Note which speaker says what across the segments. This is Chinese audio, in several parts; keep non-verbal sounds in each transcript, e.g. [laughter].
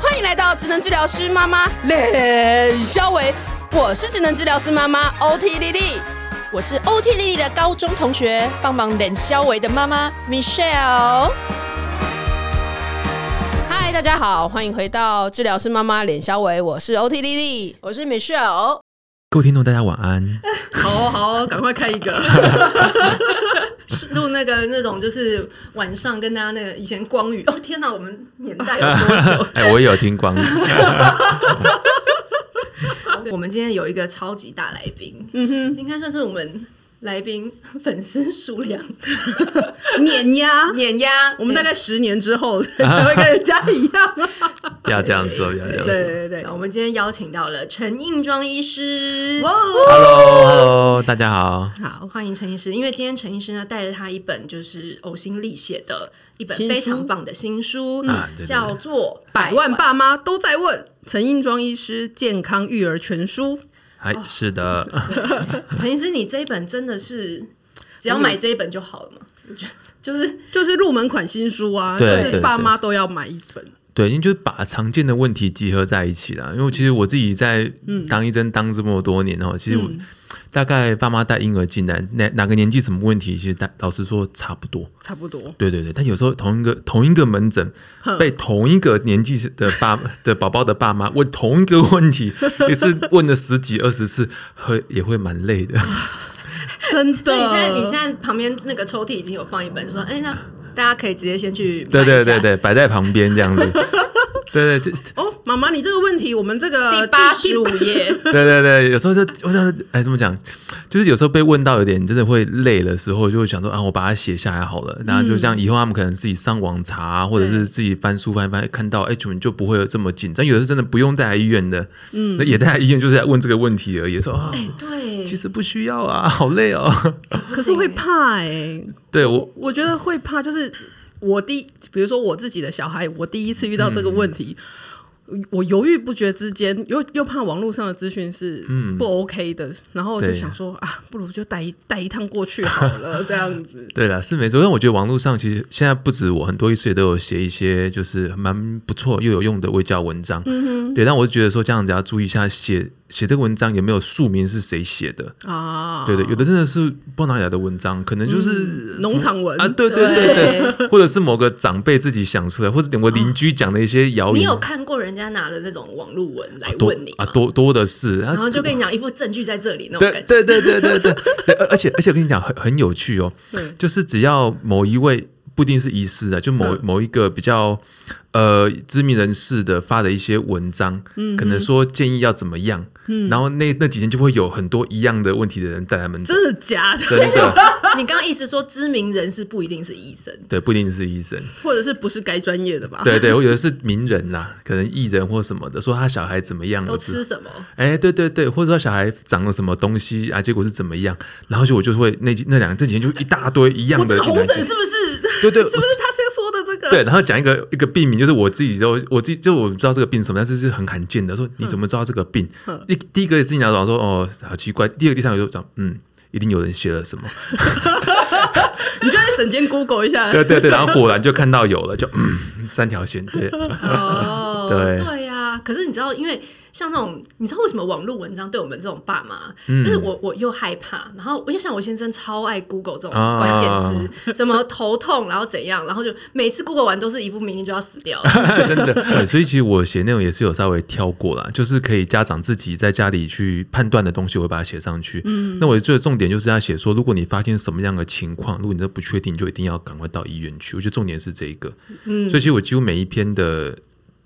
Speaker 1: 欢迎来到职能治疗师妈妈冷肖维，我是职能治疗师妈妈 OT 丽丽。
Speaker 2: 我是 OT 丽丽的高中同学，帮忙冷肖维的妈妈 Michelle。
Speaker 1: 嗨，大家好，欢迎回到治疗师妈妈冷肖维，我是 OT 丽丽。
Speaker 2: 我是 Michelle，
Speaker 3: 各位听众，大家晚安。
Speaker 4: 好哦好哦，赶快开一个，是录那个那种就是晚上跟大家那个以前光宇哦，天哪，我们年代有多
Speaker 1: [laughs]
Speaker 4: 久？
Speaker 3: 哎、我也有听光，
Speaker 4: 我们今天有一个超级大来宾，
Speaker 1: 嗯哼，
Speaker 4: 应该算是我们来宾粉丝数
Speaker 1: [laughs]
Speaker 4: 量
Speaker 1: 碾压，
Speaker 4: 碾压
Speaker 1: 我们大概十年之后才会跟人家一样。
Speaker 3: 不要这样说，不要这
Speaker 1: [laughs]
Speaker 3: 样
Speaker 1: 对
Speaker 3: 说。
Speaker 1: 对对，
Speaker 4: 我们今天邀请到了陈应庄医师，
Speaker 1: 哇，哦
Speaker 3: Hello，Hello，大家好。
Speaker 1: 好，
Speaker 4: 欢迎陈医师，因为今天陈医师呢带着他一本就是呕心沥血的一本
Speaker 1: 新
Speaker 4: 非
Speaker 1: 书
Speaker 4: 常棒的新书，
Speaker 3: 啊对对对
Speaker 4: 叫做《
Speaker 1: 百万爸妈都在问陈英庄医师健康育儿全书。
Speaker 3: 哎，
Speaker 4: 哦
Speaker 3: 是的，
Speaker 4: 陈医师，你这一本真的是只要买这一本就好了嘛？我觉 [laughs] 得就是
Speaker 1: 就是入门款新书啊，就
Speaker 3: 对
Speaker 1: 是
Speaker 3: 对
Speaker 1: 爸
Speaker 3: 对
Speaker 1: 妈都要买一本。
Speaker 3: 对，因为就是把常见的问题集合在一起啦。因为其实我自己在
Speaker 4: 嗯
Speaker 3: 当医生当这么多年哦，其实我大概爸妈带婴儿进来，哪哪个年纪什么问题，其实大老实说差不多。
Speaker 1: 差不多，
Speaker 3: 对对对，但有时候同一个同一个门诊被同一个年纪的爸的宝宝的爸妈问同一个问题，也是问了十几二十次，会也会蛮累的。
Speaker 1: 真的。
Speaker 4: 所以你现在你现在旁边那个抽屉已经有放一本，说哎、那大家可以直接先去买
Speaker 3: 对
Speaker 4: 一下
Speaker 3: 对对，对，摆在旁边这样
Speaker 4: [laughs]
Speaker 3: 子。对对，就
Speaker 1: 哦，妈妈，你这个问题，我们这个
Speaker 4: 第八十五页
Speaker 1: [laughs]
Speaker 3: 对对对，有时候就我想说哎怎么讲，就是有时候被问到有点真的会累的时候，就会想说啊，我把它写下来好了，然后就这样，以后他们可能自己上网查，或者是自己翻书翻一翻，看到哎，怎么就不会有这么紧张？有的是真的不用带来医院的，嗯，也带来医院就是在问这个问题而已，说
Speaker 4: 嗯
Speaker 3: 啊，
Speaker 4: 对，
Speaker 3: 其实不需要啊，好累哦。
Speaker 4: 不
Speaker 3: [laughs]
Speaker 4: 行
Speaker 1: 哎啊可是会怕哎、
Speaker 3: 对我
Speaker 1: 我觉得会怕，就是我第，比如说我自己的小孩，我第一次遇到这个问题，我犹豫不决之间，又又怕网络上的资讯是不 OK 的，然后我就
Speaker 3: 嗯对
Speaker 1: 想说啊，不如就带一带一趟过去好了，这样
Speaker 3: [laughs]
Speaker 1: 子。
Speaker 3: 对啦，是没错。但我觉得网络上其实现在不止我，很多医师也都有写一些就是蛮不错又有用的卫教文章。嗯、对，但我就觉得说家长只要注意一下写写这个文章有没有署名是谁写的。
Speaker 1: 啊，
Speaker 4: 哦
Speaker 3: 对对，有的真的是不知道哪里来的文章，可能
Speaker 4: 嗯
Speaker 3: 就是
Speaker 1: 农
Speaker 3: 什么
Speaker 1: 场文
Speaker 3: 啊，对对对对， [laughs] 或者是某个长辈自己想出来，或者我邻居讲的一些谣
Speaker 4: 你
Speaker 3: 言
Speaker 4: 有，看过人家拿的那种网络文来
Speaker 3: 多
Speaker 4: 问你吗
Speaker 3: 哦啊多多的是，然
Speaker 4: 然后就跟你讲一副证据在这里那种
Speaker 3: 对
Speaker 4: 感觉，
Speaker 3: 对对对对对，对而而 [laughs] 且而且我跟你讲很很有趣哦
Speaker 1: 对，
Speaker 3: 就是只要某一位不一定是医师啊，就某、某一个比较呃知名人士的发的一些文章，可能说建议要怎么样，然后那那几天就会有很多一样的问题的人带他们诊，
Speaker 1: 真的假的？
Speaker 3: 真的
Speaker 4: 你刚刚意思说知名人士不一定是医生，
Speaker 3: 对，不一定是医生，
Speaker 1: 或者是不是该专业的吧？
Speaker 3: 对对，或者是名人啦、可能艺人或什么的，说他小孩怎么样，
Speaker 4: 都
Speaker 3: 我知
Speaker 4: 吃什
Speaker 3: [laughs]
Speaker 4: 么？
Speaker 3: 哎，对对对，或者说小孩长了什么东西啊，结果是怎么样，然后就我就会那几那两这几天就一大堆一样
Speaker 1: 我
Speaker 3: 的
Speaker 1: 这个
Speaker 3: 进
Speaker 1: 红
Speaker 3: 来
Speaker 1: 疹
Speaker 3: 进
Speaker 1: 是不是？
Speaker 3: 对对
Speaker 1: 是不是他先说的 [laughs] 这个？
Speaker 3: 对，然后讲一个一个病名，就是我自己就我自己就我知道这个病什么，但是是很罕见的。说你怎么知道这个病？一第一个事情讲说哦，好奇怪。第二个、第三个就讲嗯，一定有人写了什么。
Speaker 1: 你就在整间 Google 一下，
Speaker 3: 对对对，然后果然就看到有了，就嗯，三条线。对，
Speaker 4: 哦，
Speaker 3: 对
Speaker 4: 呀、可是你知道，因为像那种，你知道为什么网络文章对我们这种爸妈，
Speaker 3: 嗯
Speaker 4: 但是我我又害怕，然后我就像我先生超爱 Google 这种
Speaker 3: 啊
Speaker 4: 关键词， [laughs] 什么头痛，然后怎样，然后就每次 Google 完都是一副明天就要死掉
Speaker 3: [laughs]
Speaker 4: 了。
Speaker 3: 真的。对，所以其实我写内容也是有稍微挑过啦，就是可以家长自己在家里去判断的东西，我会把它写上去。嗯，那我觉得重点就是要写说，如果你发现什么样的情况，如果你真的不确定，你就一定要赶快到医院去。我觉得重点是这一个。嗯，所以其实我几乎每一篇的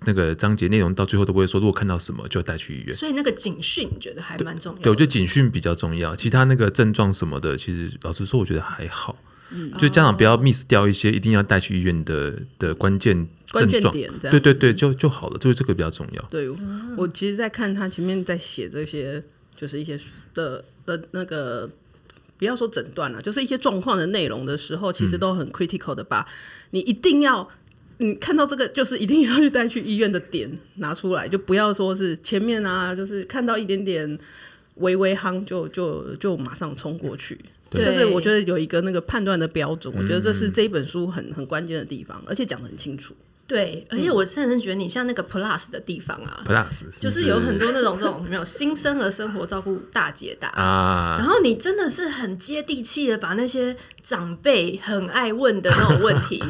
Speaker 3: 那个章节内容到最后都不会说，如果看到什么就带去医院。
Speaker 4: 所以那个警讯，你觉得还蛮重要的。
Speaker 3: 对，我
Speaker 1: 嗯
Speaker 3: 觉得警讯比较重要，其他那个症状什么的，其实老实说，我觉得还好。嗯，就家长不要 miss 掉一些一定要带去医院的的关键
Speaker 1: 关
Speaker 3: 症
Speaker 1: 键
Speaker 3: 状，
Speaker 1: 点这样
Speaker 3: 对对对，就就好了，就是这个比较重要。
Speaker 1: 对，我其实，在看他前面在写这些，就是一些的的那个，不要说诊断了，就是一些状况的内容的时候，其实都很 critical 的把、你一定要。你看到这个，就是一定要去带去医院的点拿出来，就不要说是前面啊，就是看到一点点微微夯就就就马上冲过去。
Speaker 4: 对
Speaker 1: 就是我觉得有一个那个判断的标准，我觉得这是这一本书很很关键的地方，而且讲的很清楚。
Speaker 4: 对，而且我甚至觉得你像那个 Plus 的地方
Speaker 3: 嗯
Speaker 4: 啊，
Speaker 3: Plus
Speaker 4: 就是有很多那种这种没有新生儿生活照顾大姐大，然
Speaker 3: 啊，
Speaker 4: 后你真的是很接地气的把那些长辈很爱问的那种问
Speaker 3: [laughs]
Speaker 4: 题，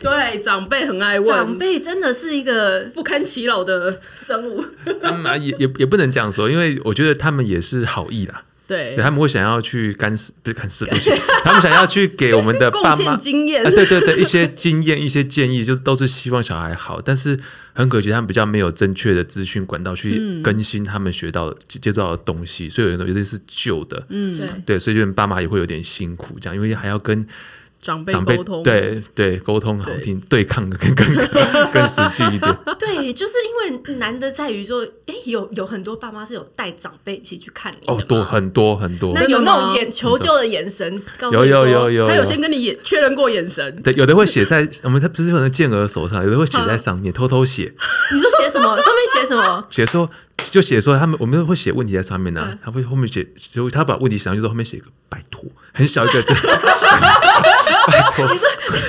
Speaker 1: 对，长辈很爱问，
Speaker 4: 长辈真的是一个
Speaker 1: 不堪其扰的，
Speaker 4: 生物，
Speaker 3: 嗯啊也也也不能这样说，因为我觉得他们也是好意啦，
Speaker 1: 对
Speaker 3: 对，他们会想要去干涉，不是干涉，对不起他们想要去给我们
Speaker 1: [laughs]
Speaker 3: 的
Speaker 1: 贡
Speaker 3: 爸妈
Speaker 1: 献。经验
Speaker 3: 啊，。对对对，一些经验、一些建议，就都是希望小孩好，但是很可惜，他们比较没有正确的资讯管道
Speaker 1: 嗯
Speaker 3: 去更新他们学到的、接接触到的东西，所以有的有些是旧的，
Speaker 1: 嗯，
Speaker 4: 对，
Speaker 3: 对，所以就爸妈也会有点辛苦，这样，因为还要跟
Speaker 1: 长辈
Speaker 3: 长辈
Speaker 1: 沟通，
Speaker 3: 对对沟通好
Speaker 1: 对
Speaker 3: 听，对抗更更更更实际一点，
Speaker 4: 对，就是因为难的在于说，哎，有有很多爸妈是有带长辈一起去看你的
Speaker 3: 哦
Speaker 4: 嘛，
Speaker 3: 多很多很多，
Speaker 4: 那
Speaker 1: 真的
Speaker 4: 有那种
Speaker 1: 吗
Speaker 4: 眼求救的眼神，告诉
Speaker 3: 有
Speaker 4: 你
Speaker 3: 有
Speaker 4: 说
Speaker 3: 有有，
Speaker 1: 他有先跟你眼确认过眼神，
Speaker 3: 对，有的会写在我们他不是有的健儿手上，有的会写在上面，偷偷写，
Speaker 4: 你说写什么？上面写什
Speaker 3: [laughs]
Speaker 4: 么？
Speaker 3: 写说就写说他们我们会写问题在上面呢、啊他会后面写，就他把问题写上去之后，后面写一个拜托，很小一个字， [laughs]
Speaker 4: 你说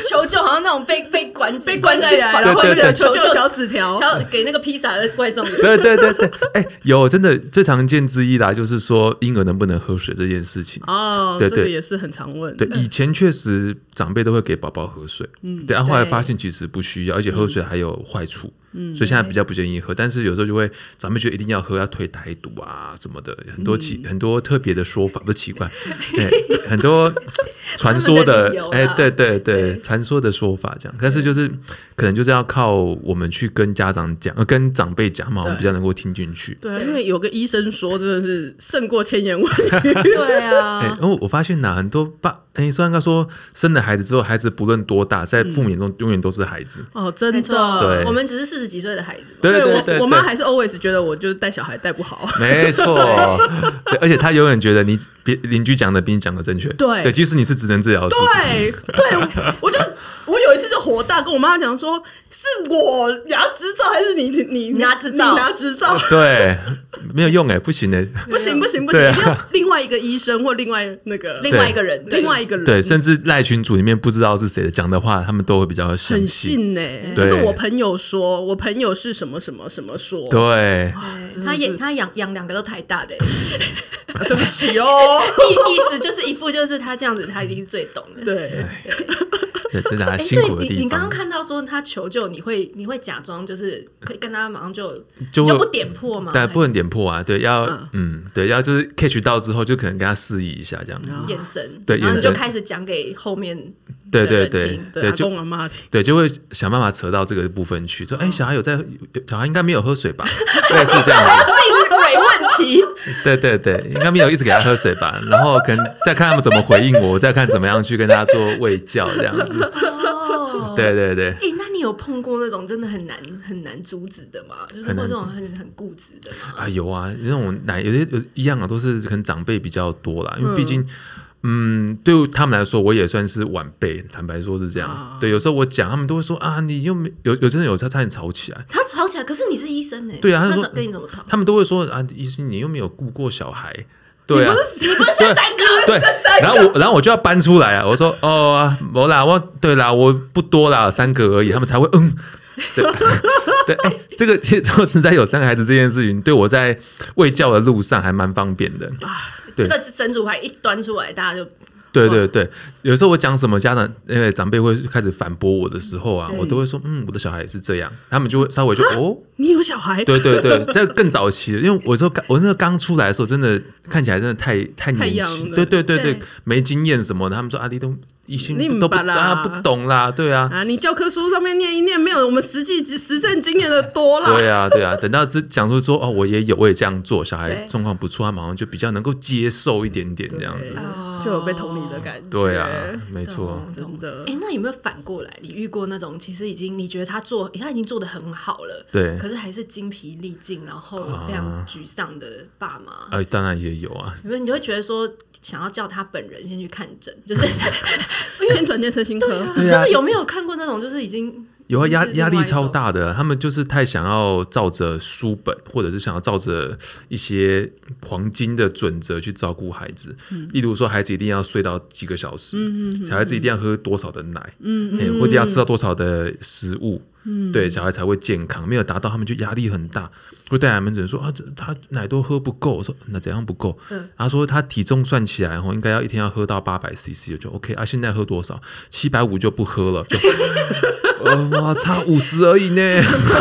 Speaker 4: [laughs] 求救，好像那种被被管
Speaker 1: 被关起来，然后
Speaker 3: 对
Speaker 1: 那
Speaker 3: 对
Speaker 1: 个
Speaker 3: 对哦
Speaker 1: 求救小纸条，
Speaker 4: 小给那个披萨的外送
Speaker 3: [laughs]
Speaker 4: 员。
Speaker 3: 对对对对，哎、有真的最常见之一啦，就是说婴儿能不能喝水这件事情。
Speaker 1: 哦，
Speaker 3: 对
Speaker 1: 这
Speaker 3: 对
Speaker 1: 个也是很常问，
Speaker 3: 对，
Speaker 4: 嗯
Speaker 3: 以前确实长辈都会给宝宝喝水，嗯，对，然、后后来发现其实不需要，而且喝水还有坏处，嗯，所以现在比较不建议喝。但是有时候就会长辈觉得一定要喝，要退台毒啊什么的，很多
Speaker 4: 嗯
Speaker 3: 奇、很多特别的说法，不是
Speaker 4: [laughs]
Speaker 3: 奇怪，哎、很多传说
Speaker 4: 他们的
Speaker 3: 的
Speaker 4: 理由，啦
Speaker 3: 哎、对对对，
Speaker 4: 对
Speaker 3: 传说的说法这样。但是就是可能就是要靠我们去跟家长讲，呃，跟长辈讲嘛，我们
Speaker 1: 对
Speaker 3: 比较能够听进去。
Speaker 1: 对啊，
Speaker 4: 对
Speaker 1: 因为有个医生说，真的是胜过千言万语。
Speaker 3: [laughs]
Speaker 4: 对
Speaker 3: 哎、
Speaker 4: 啊，
Speaker 3: 然后我发现呐、很多爸，哎、虽然他说生了孩子之后，孩子不论多大，
Speaker 1: 嗯
Speaker 3: 在父母眼中永远都是孩子。
Speaker 1: 哦，真
Speaker 4: 没
Speaker 1: 的，
Speaker 3: 对
Speaker 4: 我们只是四十几岁的孩子嘛。
Speaker 3: 对对
Speaker 1: 我
Speaker 3: 对，
Speaker 1: 我妈
Speaker 3: 对
Speaker 1: 还是 always 觉得我就是带小孩带不
Speaker 3: [laughs]
Speaker 1: 好。[laughs]
Speaker 3: 没错，对，而且她永远觉得你别邻居讲的比你讲的正确，
Speaker 1: 对
Speaker 3: 对，即使你是职能治疗师，
Speaker 1: 对对，我我就我有一次就火大，跟我妈讲说，是我拿执照还是你你你
Speaker 4: 你拿执照
Speaker 1: 你拿执照，
Speaker 3: 对，没有用哎，
Speaker 1: [laughs]
Speaker 3: 不行哎，
Speaker 1: 不行不行不行，
Speaker 3: 对啊
Speaker 1: 一定要另外一个医生或另外那个
Speaker 4: 另外一个人，对
Speaker 1: 另外一个人，
Speaker 3: 对，甚至赖群组里面不知道是谁的讲的话，他们都会比较详
Speaker 1: 很
Speaker 3: 细，
Speaker 1: 信呢、
Speaker 3: 对
Speaker 1: 就是我朋友说，我朋友是什么什么什么说，
Speaker 3: 对，
Speaker 4: 对他养他养养两个都台大的，欸
Speaker 3: [laughs]
Speaker 1: 啊对不起哦，
Speaker 4: 意意思就是一副就是他这样子，他一定是最懂的。
Speaker 1: 对，
Speaker 3: 对，这是她
Speaker 4: 哎，
Speaker 3: 辛
Speaker 4: 所以
Speaker 3: 苦的
Speaker 4: 你你
Speaker 3: 地
Speaker 4: 刚刚
Speaker 3: 方，
Speaker 4: 看到说他求救，你会你会假装就是可以跟他马上就
Speaker 3: 就
Speaker 4: 你
Speaker 3: 会
Speaker 4: 就不点破吗？
Speaker 3: 但不能点破啊，对，要
Speaker 1: 嗯
Speaker 3: 嗯，对，要就是 catch 到之后，就可能跟他示意一下这样，
Speaker 1: 哦
Speaker 4: 眼神，
Speaker 3: 对
Speaker 4: 然后你
Speaker 3: 眼神
Speaker 4: 就开始讲给后面
Speaker 3: 对
Speaker 4: 的
Speaker 3: 对
Speaker 4: 人
Speaker 3: 对
Speaker 4: 听
Speaker 1: 对，阿
Speaker 3: 就
Speaker 1: 公阿妈听，
Speaker 3: 对，就会想办法扯到这个部分去，说哎、小孩有在，有小孩应该没有喝水吧？类似这样子，
Speaker 4: 自己蕊问题，
Speaker 3: [laughs] 对对对，应该没有一直给他喝水吧？然后可能再看他们怎么回应我，再看怎么样去跟他做喂教这样子。
Speaker 4: [laughs] 哦，
Speaker 3: 对对对，
Speaker 4: 哎、那你有碰过那种真的很难很难阻止的吗？就是
Speaker 3: 很
Speaker 4: 或
Speaker 3: 难
Speaker 4: 这种
Speaker 3: 阻
Speaker 4: 很很固执的吗？
Speaker 3: 啊有啊，那种奶有些有一样啊，都是可能长辈比较多啦，因为毕竟。嗯，对于他们来说，我也算是晚辈，坦白说是这样。
Speaker 1: 啊
Speaker 3: 对，有时候我讲，他们都会说啊，你又没有有真的有他差点吵起来，
Speaker 4: 他吵起来，可是你是医生呢、
Speaker 3: 对啊他
Speaker 4: 那
Speaker 3: 说
Speaker 4: 怎跟你怎么吵？
Speaker 3: 他们都会说啊，医生你又没有顾过小孩，对
Speaker 4: [laughs]
Speaker 3: 啊，
Speaker 4: 你不是生 [laughs] 三个，
Speaker 3: 对，然后我然后我就要搬出来啊，我说哦啊，我啦，我对啦，我不多啦，三个而已，他们才会嗯，对 [laughs] 对，哎、这个其实说实在有三个孩子这件事情，对我在喂教的路上还蛮方便的。对
Speaker 4: 这个神主牌一端出来，大家就
Speaker 3: 对对对，有时候我讲什么家长那个长辈会开始反驳我的时候啊，
Speaker 4: 对
Speaker 3: 我都会说嗯，我的小孩也是这样，他们就会稍微就哦。
Speaker 1: 你有小孩，
Speaker 3: 对对对，在更早期，因为我说刚我那时候刚出来的时候，真的看起来真的太太
Speaker 1: 太
Speaker 3: 年
Speaker 1: young
Speaker 3: 轻，
Speaker 1: 了
Speaker 3: 对对对对
Speaker 4: 对，
Speaker 3: 没经验什么的，他们说阿弟都一心
Speaker 1: 你
Speaker 3: 都
Speaker 1: 明
Speaker 3: 不
Speaker 1: 白啦
Speaker 3: 啊不懂啦，
Speaker 1: [laughs]
Speaker 3: 对啊。
Speaker 1: 啊，你教科书上面念一念，没有我们实际实证经验的多啦。
Speaker 3: 对啊，对啊，等到这讲出说哦，我也有，我也这样做，小孩
Speaker 4: 对
Speaker 3: 状况不错，他马上就比较能够接受一点点这样子。
Speaker 1: 就有被同理的感觉。
Speaker 3: 对啊，没错，
Speaker 1: 真的
Speaker 4: 哎、。那有没有反过来？你遇过那种其实已经你觉得他做他已经做的很好了，
Speaker 3: 对啊
Speaker 4: 可是还是精疲力尽，然后非常沮丧的爸妈。
Speaker 3: 呃，当然也有啊，
Speaker 4: 有没有你就会觉得说，想要叫他本人先去看诊，就是 [laughs]
Speaker 1: 哎先转健身心科，
Speaker 3: 对啊
Speaker 4: 就是有没有看过那种，就是已经
Speaker 3: 有啊，
Speaker 5: 是不
Speaker 3: 压
Speaker 5: 是
Speaker 3: 压力
Speaker 5: 另外一
Speaker 3: 超
Speaker 5: 种
Speaker 3: 大的，他们就是太想要照着书本，或者是想要照着一些黄金的准则去照顾孩子。
Speaker 5: 嗯
Speaker 3: 例如说，孩子一定要睡到几个小时，小孩子一
Speaker 5: 嗯
Speaker 3: 定要喝多少的奶，嗯嗯，或者要吃到多少的食物，嗯，对，小孩才会健康。没有达到，他们就压力很大。会带他们只能说啊，这他奶都喝不够。我说那怎样不够？
Speaker 5: 嗯
Speaker 3: 他说他体重算起来哦，应该要一天要喝到八百 CC，我就 OK 啊。现在喝多少？七百五就不喝了。就呃，哇，差五十而已呢。 [laughs]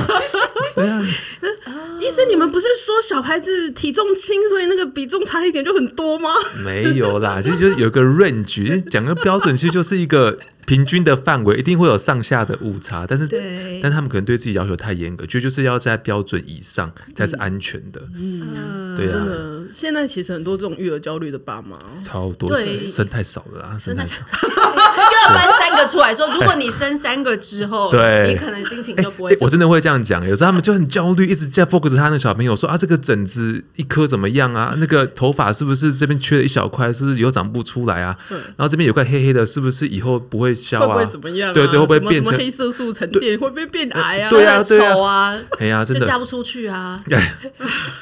Speaker 3: 对啊，
Speaker 1: 医生，你们不是说小孩子体重轻，所以那个比重差一点就很多吗？
Speaker 3: 没有啦，其实就是有一个 range，因为讲个标准，其实就是一个平均的范围，一定会有上下的误差。但是
Speaker 5: 对，
Speaker 3: 但他们可能对自己要求太严格，就就是要在标准以上才是安全的。
Speaker 5: 嗯
Speaker 3: 对
Speaker 1: 真
Speaker 3: 啊，
Speaker 1: 的，现在其实很多这种育儿焦虑的爸妈哦，
Speaker 3: 超多
Speaker 4: 对
Speaker 3: 生生太少了啦，生太少。
Speaker 4: [laughs] 又要搬三个出来说，如果你生三个之后，
Speaker 3: 对
Speaker 4: 你可能心情
Speaker 3: 哎
Speaker 4: 就不会
Speaker 3: 哎我真的会这样讲，有时候他们就很焦虑，一直在 focus 他那个小朋友说啊，这个疹子一颗怎么样啊？那个头发是不是这边缺了一小块？是不是以后长不出来啊？然后这边有块黑黑的，是不是以后不会消
Speaker 1: 会
Speaker 3: 啊？
Speaker 1: 不会怎么样啊？
Speaker 3: 对对，会不会
Speaker 1: 什么
Speaker 3: 变
Speaker 1: 什
Speaker 3: 成
Speaker 1: 么？黑色素沉淀？会不会变癌啊？
Speaker 3: 对啊
Speaker 4: 很丑啊，
Speaker 3: 哎呀，真
Speaker 4: 就嫁
Speaker 3: 的，
Speaker 4: 不出去啊。
Speaker 3: 哎，